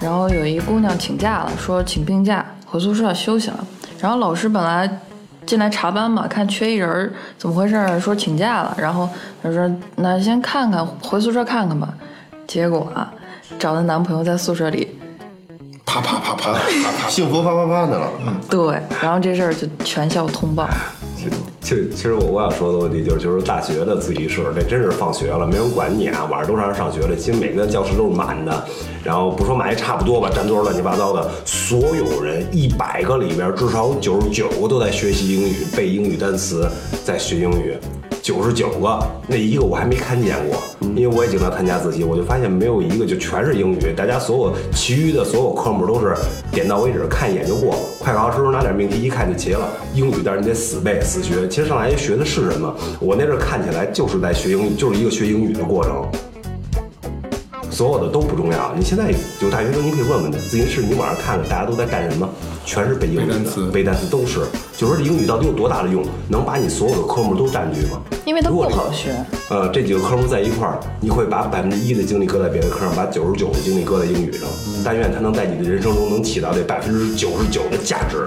Speaker 6: 然后有一姑娘请假了，说请病假回宿舍休息了。然后老师本来进来查班嘛，看缺一人儿，怎么回事儿？说请假了，然后他说那先看看，回宿舍看看吧。结果啊，找的男朋友在宿舍里，
Speaker 3: 啪啪啪啪啪啪，
Speaker 4: 幸福啪啪啪的了。
Speaker 6: 对，然后这事儿就全校通报。
Speaker 5: 其其其实我我想说的问题就是，就是大学的自习室，这真是放学了没人管你啊，晚上都上人上学了，其实每个教室都是满的，然后不说满也差不多吧，占座乱七八糟的，所有人一百个里面至少九十九个都在学习英语，背英语单词，在学英语。九十九个，那一个我还没看见过，因为我也经常参加自习，我就发现没有一个就全是英语，大家所有其余的所有科目都是点到为止，看一眼就过。快考试时候拿点命题一看就齐了，英语但是你得死背死学。其实上来学的是什么？我那阵儿看起来就是在学英语，就是一个学英语的过程。所有的都不重要。你现在有大学生，你可以问问他，自习室你晚上看看大家都在干什么，全是背英语的，
Speaker 3: 背单词
Speaker 5: 背单词都是。就说这英语到底有多大的用，能把你所有的科目都占据吗？
Speaker 6: 因为它
Speaker 5: 如
Speaker 6: 不
Speaker 5: 果你
Speaker 6: 好学。
Speaker 5: 呃，这几个科目在一块儿，你会把百分之一的精力搁在别的科上，把九十九的精力搁在英语上。但愿它能在你的人生中能起到这百分之九十九的价值。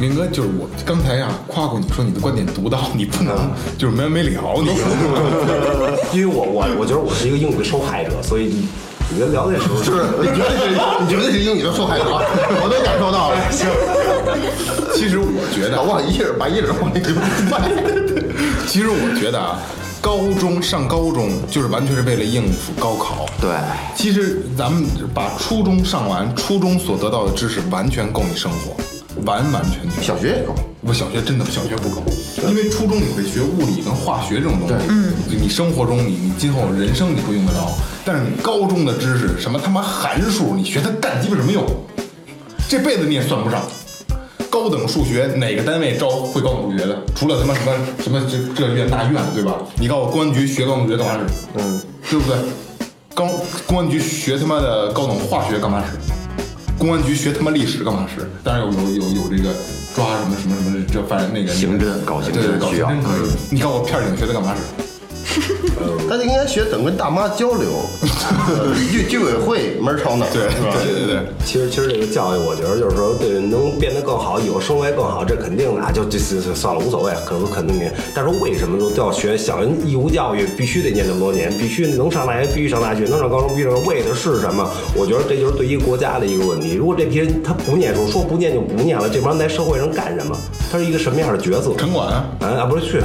Speaker 3: 明哥就是我刚才呀夸过你说你的观点独到，你不能就是没完没了，你知道
Speaker 4: (laughs)
Speaker 3: 吗
Speaker 5: 因为我我我觉得我是一个英语的受害者，所以你你跟聊的时候
Speaker 4: 是，你绝对是，你绝对是英语的受害者，我都感受到了。行，
Speaker 3: 其实我觉得啊
Speaker 4: 搞，不好一人把一人往那个
Speaker 3: 其实我觉得啊，高中上高中就是完全是为了应付高考。
Speaker 7: 对，
Speaker 3: 其实咱们把初中上完，初中所得到的知识完全够你生活，完完全全。
Speaker 4: 小学也够。
Speaker 3: 我小学真的小学不够，因为初中你会学物理跟化学这种东西，就你生活中你你今后人生你会用得着，但是你高中的知识什么他妈函数，你学它干鸡巴什么用？这辈子你也算不上。高等数学哪个单位招会高等数学的？除了他妈什么什么这这院那院的，对吧？你告诉我公安局学高等数学干嘛使？嗯，对不对？高公安局学他妈的高等化学干嘛使？公安局学他妈历史干嘛使？当然有有有有这个抓什么什么什么这反正那个
Speaker 7: 刑侦搞刑
Speaker 3: 对对
Speaker 7: 侦
Speaker 3: 搞
Speaker 7: 需
Speaker 3: 刑
Speaker 7: 要
Speaker 3: 侦可以。你告诉我片儿警学的干嘛使？
Speaker 4: (laughs) 他就应该学怎么跟大妈交流，呃居居委会门儿朝哪儿？
Speaker 3: 对
Speaker 4: 是吧？
Speaker 3: 对对对，
Speaker 5: 其实，其实这个教育，我觉得就是说，对人能变得更好，以后生活也更好，这肯定的，啊就就就就算了，无所谓，可能肯定的。但是为什么都要学小人义务教育，必须得念这么多年，必须能上大学必须上大学，能上高中必须上高中，为的是什么？我觉得这就是对一个国家的一个问题。如果这批人他不念书，说不念就不念了，这帮人在社会上干什么？他是一个什么样的角色？
Speaker 3: 城管啊，
Speaker 5: 啊啊，不是去，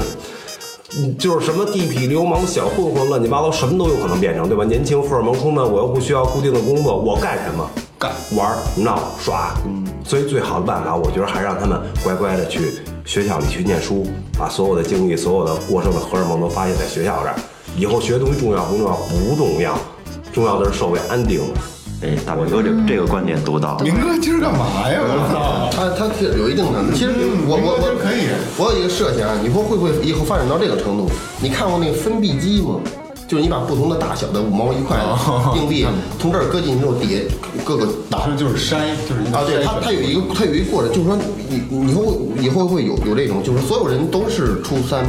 Speaker 5: 嗯就是什么地痞流氓、小混混、乱七八糟，什么都有可能变成，对吧？年轻荷尔蒙充分，我又不需要固定的工作，我干什么？
Speaker 3: 干
Speaker 5: 玩儿闹耍，嗯，所以最好的办法，我觉得还让他们乖乖的去学校里去念书，把所有的精力、所有的过剩的荷尔蒙都发泄在学校这儿。以后学东西重要不重要？不重要，重要的是社会安定。
Speaker 7: 哎，大明哥这这个观点独到，
Speaker 3: 明哥今儿干嘛呀？我操！
Speaker 4: 他他是有一定的，其实我我
Speaker 3: 明白
Speaker 4: 我
Speaker 3: 可以
Speaker 4: 我有一个设想，啊，你说会不会以后发展到这个程度？你看过那个分币机吗？就是你把不同的大小的五毛一块
Speaker 3: 哦
Speaker 4: 硬币从这儿搁进去之后，底下各个打
Speaker 3: 打。上就是筛，就是一个
Speaker 4: 啊，对，
Speaker 3: 筛
Speaker 4: 它
Speaker 3: 选
Speaker 4: 它有一个它有一个过程，就是说你你以后以后会有有这种，就是所有人都是初三，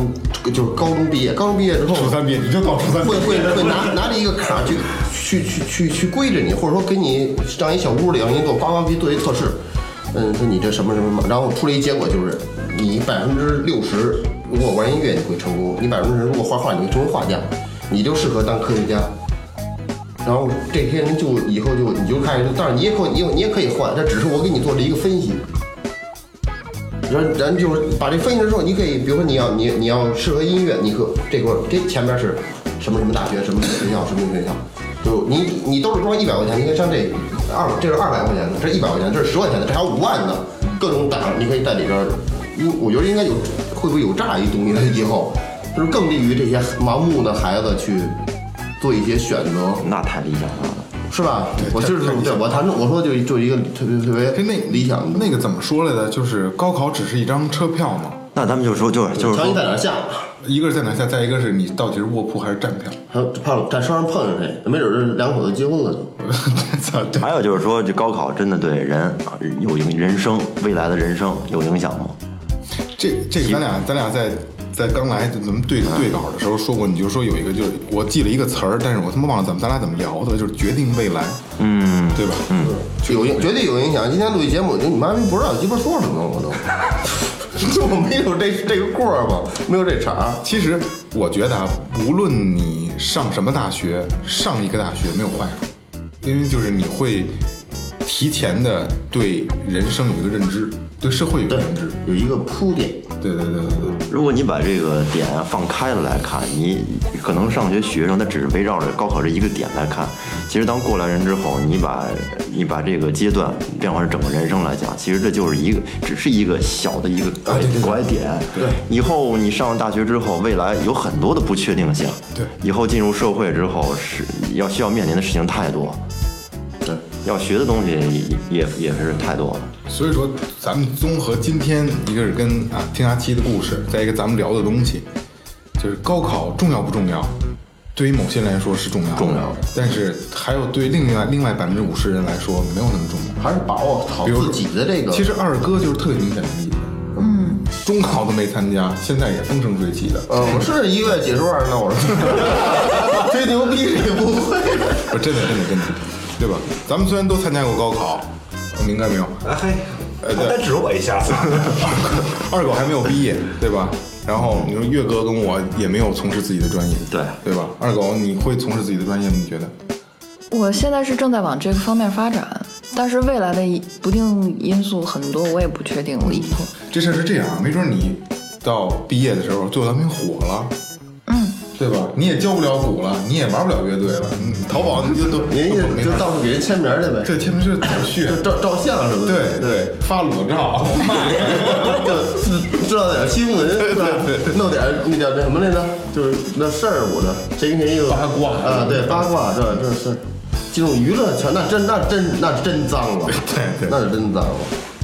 Speaker 4: 就是高中毕业，高中毕业之后，
Speaker 3: 初三毕业，你就到初三毕
Speaker 4: 会
Speaker 3: 业。
Speaker 4: 会会拿拿着一个卡去去去去去规着你，或者说给你让一小屋里让你给我呱呱给做一测试，嗯，说你这什么什么嘛，然后出来一结果就是你百分之六十如果玩音乐你会成功，你百分之如果画画你会成为画家，你就适合当科学家。然后这些人就以后就你就看，当然你也可以你也你也可以换，这只是我给你做了一个分析。然后咱就是把这分析了之后，你可以，比如说你要你你要适合音乐，你可这块儿这前面是什么什么大学，什么学校，什么学校，就你你兜里装一百块钱，你可以上这二这是二百块钱的，这一百块钱，这是十块钱的，这还有五万的，各种档你可以在里边儿，因为我觉得应该有会不会有这样一东西以后，就是更利于这些盲目的孩子去做一些选择，
Speaker 7: 那太理想化了。
Speaker 4: 是吧？我就是
Speaker 3: 太太理
Speaker 4: 对
Speaker 3: 想
Speaker 4: 我谈论我说就就一个特别特别
Speaker 3: 哎，那
Speaker 4: 理想的
Speaker 3: 那个怎么说来的？就是高考只是一张车票嘛，
Speaker 7: 那咱们就说，就是就是
Speaker 4: 条件在哪
Speaker 7: 说，
Speaker 4: 儿下？
Speaker 3: 一个是在哪下，再一个是你到底是卧铺还是站票。 (laughs)
Speaker 4: 还有碰在车上碰上谁，没准儿两口子结婚了就。
Speaker 3: 操，对
Speaker 7: 还有就是说，这高考真的对人啊有影人生未来的人生有影响吗？
Speaker 3: 这这个咱俩咱俩在在刚来咱们对对稿的时候说过，你就说有一个就是我记了一个词儿，但是我他妈忘了咱们咱俩怎么聊的，就是决定未来，嗯，对吧？嗯，
Speaker 4: 有影绝对有影响。今天录一节目，就你妈逼不知道鸡巴说什么，我都， (laughs) 就我没有这这个过儿嘛，没有这茬儿。
Speaker 3: 其实我觉得啊，无论你上什么大学，上一个大学没有坏处，因为就是你会提前的对人生有一个认知，对社会有一个认知，
Speaker 4: 有一个铺垫，
Speaker 3: 对对对对对。
Speaker 7: 如果你把这个点啊放开了来看，你可能上学学生他只是围绕着高考这一个点来看。其实当过来人之后，你把你把这个阶段变换成整个人生来讲，其实这就是一个只是一个小的一个拐拐点。对，以后你上了大学之后，未来有很多的不确定性。
Speaker 3: 对
Speaker 7: 以后进入社会之后是要需要面临的事情太多。对，要学的东西也也也是太多了。
Speaker 3: 所以说，咱们综合今天一个是跟啊听阿七的故事，再一个咱们聊的东西，就是高考重要不重要？对于某些人来说是重要，
Speaker 7: 重要的。
Speaker 3: 但是还有对另外另外百分之五十人来说没有那么重要。
Speaker 4: 还是把握好
Speaker 3: 比如说
Speaker 4: 自己的这个。
Speaker 3: 其实二哥就是特别明显的例子。嗯，中考都没参加，现在也风生水起的。
Speaker 4: 呃，我是一个月解说二十呢，我说吹啊牛逼也不会。
Speaker 3: (laughs) 不是真的，真的，真的，对吧？咱们虽然都参加过高考，你明白没有？
Speaker 5: 哎，
Speaker 3: 呃
Speaker 5: 他
Speaker 3: 对
Speaker 5: 指我一下，
Speaker 3: (laughs) 二狗还没有毕业，对吧？然后你说岳哥跟我也没有从事自己的专业，
Speaker 7: 对
Speaker 3: 对吧？二狗，你会从事自己的专业吗？你觉得？
Speaker 6: 我现在是正在往这个方面发展，但是未来的一不定因素很多，我也不确定。我以后
Speaker 3: 这事儿是这样，没准你到毕业的时候，最后咱们火了，嗯，对吧？你也教不了鼓了，你也玩不了乐队了，你淘宝你就都
Speaker 4: 人
Speaker 3: 都
Speaker 4: 家
Speaker 3: 没
Speaker 4: 就
Speaker 3: 法
Speaker 4: 到处给人签名儿去呗，
Speaker 3: 这天明是走穴，
Speaker 4: (laughs) 照照相什么的。
Speaker 3: 对对，发裸照，
Speaker 4: 就知道点新闻，是吧？弄点那叫那什么来着？就是那事儿舞的，谁跟谁又
Speaker 3: 八卦
Speaker 4: 啊？对，八卦这这是进入娱乐圈，那真那真那真脏了，
Speaker 3: 对对
Speaker 4: 那是真脏了。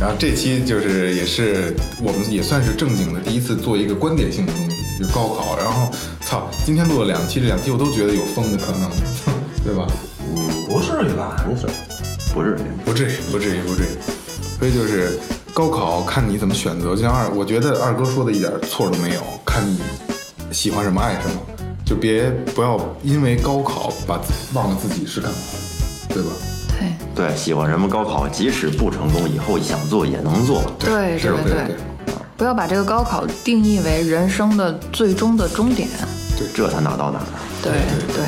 Speaker 3: 然后这期就是也是我们也算是正经的第一次做一个观点性的东西，就是高考。然后操，今天录了两期，这两期我都觉得有风的可能， (laughs) 对吧？
Speaker 5: (laughs) 不至于吧？
Speaker 4: 没事，
Speaker 7: 不是，
Speaker 3: 不至于，不至于，不至于。所以就是高考看你怎么选择，就像二，我觉得二哥说的一点错都没有，看你喜欢什么爱什么，就别不要因为高考把自忘了自己是干嘛，对吧？
Speaker 6: 对
Speaker 7: 对，喜欢什么高考，即使不成功，以后想做也能做。
Speaker 6: 对
Speaker 3: 是的对
Speaker 6: 对，不要把这个高考定义为人生的最终的终点。
Speaker 7: 这才哪到哪儿。
Speaker 6: 对对，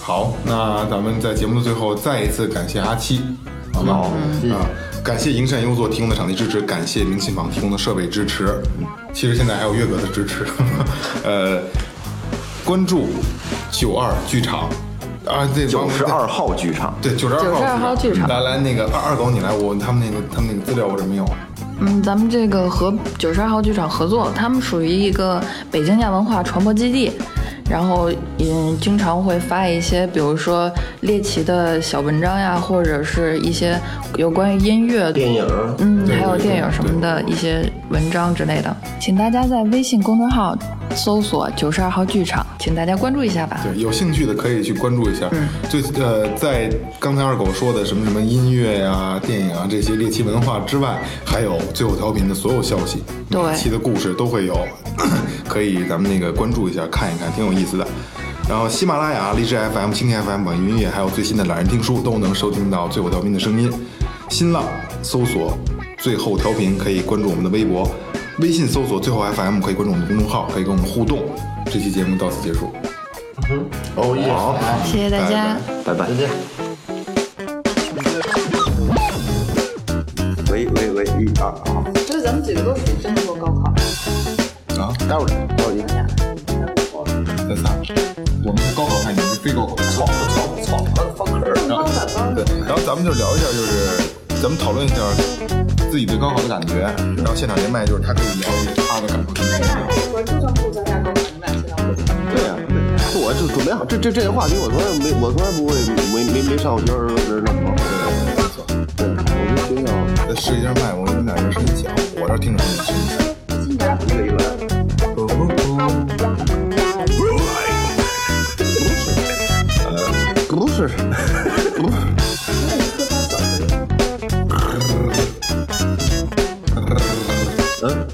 Speaker 3: 好，那咱们在节目的最后再一次感谢阿七，好吗？啊，感谢营善优作提供的场地支持，感谢明信坊提供的设备支持，其实现在还有月哥的支持， (laughs) 呃，关注九二剧场啊，对，
Speaker 7: 九十
Speaker 3: 忘了
Speaker 7: 二号剧场，
Speaker 3: 对九十二
Speaker 6: 92号剧场
Speaker 3: 来来那个二二狗你来，我他们那个他们那个资料我这没有，
Speaker 6: 嗯，咱们这个和九十二号剧场合作，他们属于一个北京亚文化传播基地，然后嗯，经常会发一些，比如说猎奇的小文章呀，或者是一些有关于音乐、
Speaker 4: 电影儿
Speaker 6: 嗯，
Speaker 3: 对
Speaker 6: 还有
Speaker 3: 对
Speaker 6: 电影什么的一些文章之类的，请大家在微信公众号搜索“九十二号剧场”，请大家关注一下吧。
Speaker 3: 对，有兴趣的可以去关注一下。最呃，在刚才二狗说的什么什么音乐呀、电影啊这些猎奇文化之外，还有最后调频的所有消息，
Speaker 6: 对
Speaker 3: 每期的故事都会有， (clears throat) 可以咱们那个关注一下，看一看，挺有意思的。然后喜马拉雅、荔枝 FM、蜻蜓 FM、网易云音乐，还有最新的懒人听书，都能收听到最后调频的声音。新浪搜索最后调频，可以关注我们的微博；微信搜索最后 FM，可以关注我们的公众号，可以跟我们互动。这期节目到此结束。
Speaker 4: 哦耶！
Speaker 6: 谢谢大家。
Speaker 7: 拜拜。
Speaker 4: 再见。
Speaker 7: 喂喂喂，一二啊。
Speaker 6: 所以咱们几个都是真的过高考。
Speaker 3: 啊，待会儿还有一个，咱仨，我们是高考派，你们是非高考派。
Speaker 5: 操操操，motherfucker！
Speaker 3: 对，然后咱们就聊一下，就是咱们讨论一下自己对高考的感觉，然后现场连麦就是他可以聊一下他的感受。
Speaker 9: 我就算不参加高考，你俩去哪？
Speaker 4: 没好，这这这些话题我从来没我从来不会没没没上过学时候那么好。对，我们学校
Speaker 3: 再试一下麦，我们俩人声音小，我这听着声音小。
Speaker 4: 不是，嗯，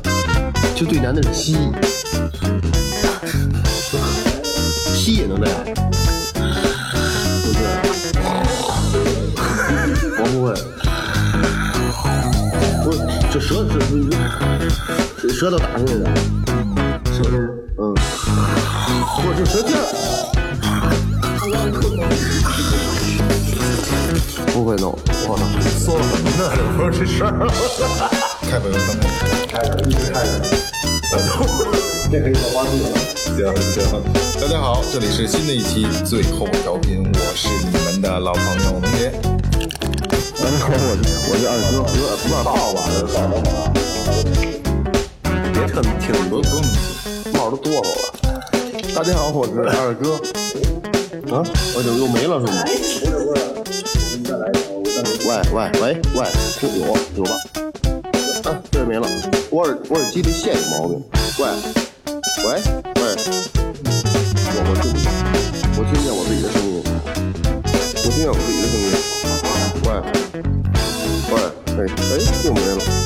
Speaker 4: 就最难的是蜥蜴，蜥蜴也能这样，不是？我不会，不是这舌是是舌头打出来的，舌头，嗯，不是舌尖儿。不会弄，我操！
Speaker 3: 说什么呢？不是这事儿了。开本咱们开点，一直开点。这可以走花地了。行行，大家好，这里是新的一期最后调频，我是你们的老朋友龙爷。
Speaker 4: 完了，我这我这二哥，有点爆吧，有点爆吧，别特挺多
Speaker 3: 不用你提
Speaker 4: 帽都哆嗦了。大家好，我是二哥。啊，我怎么又没了是吗？喂喂喂喂，听有有吧？啊，这没了。我耳我耳机这线有毛病。喂喂喂，我我听不见，我听不见我自己的声音，我听见我自己的声音。喂喂，哎哎，又没了。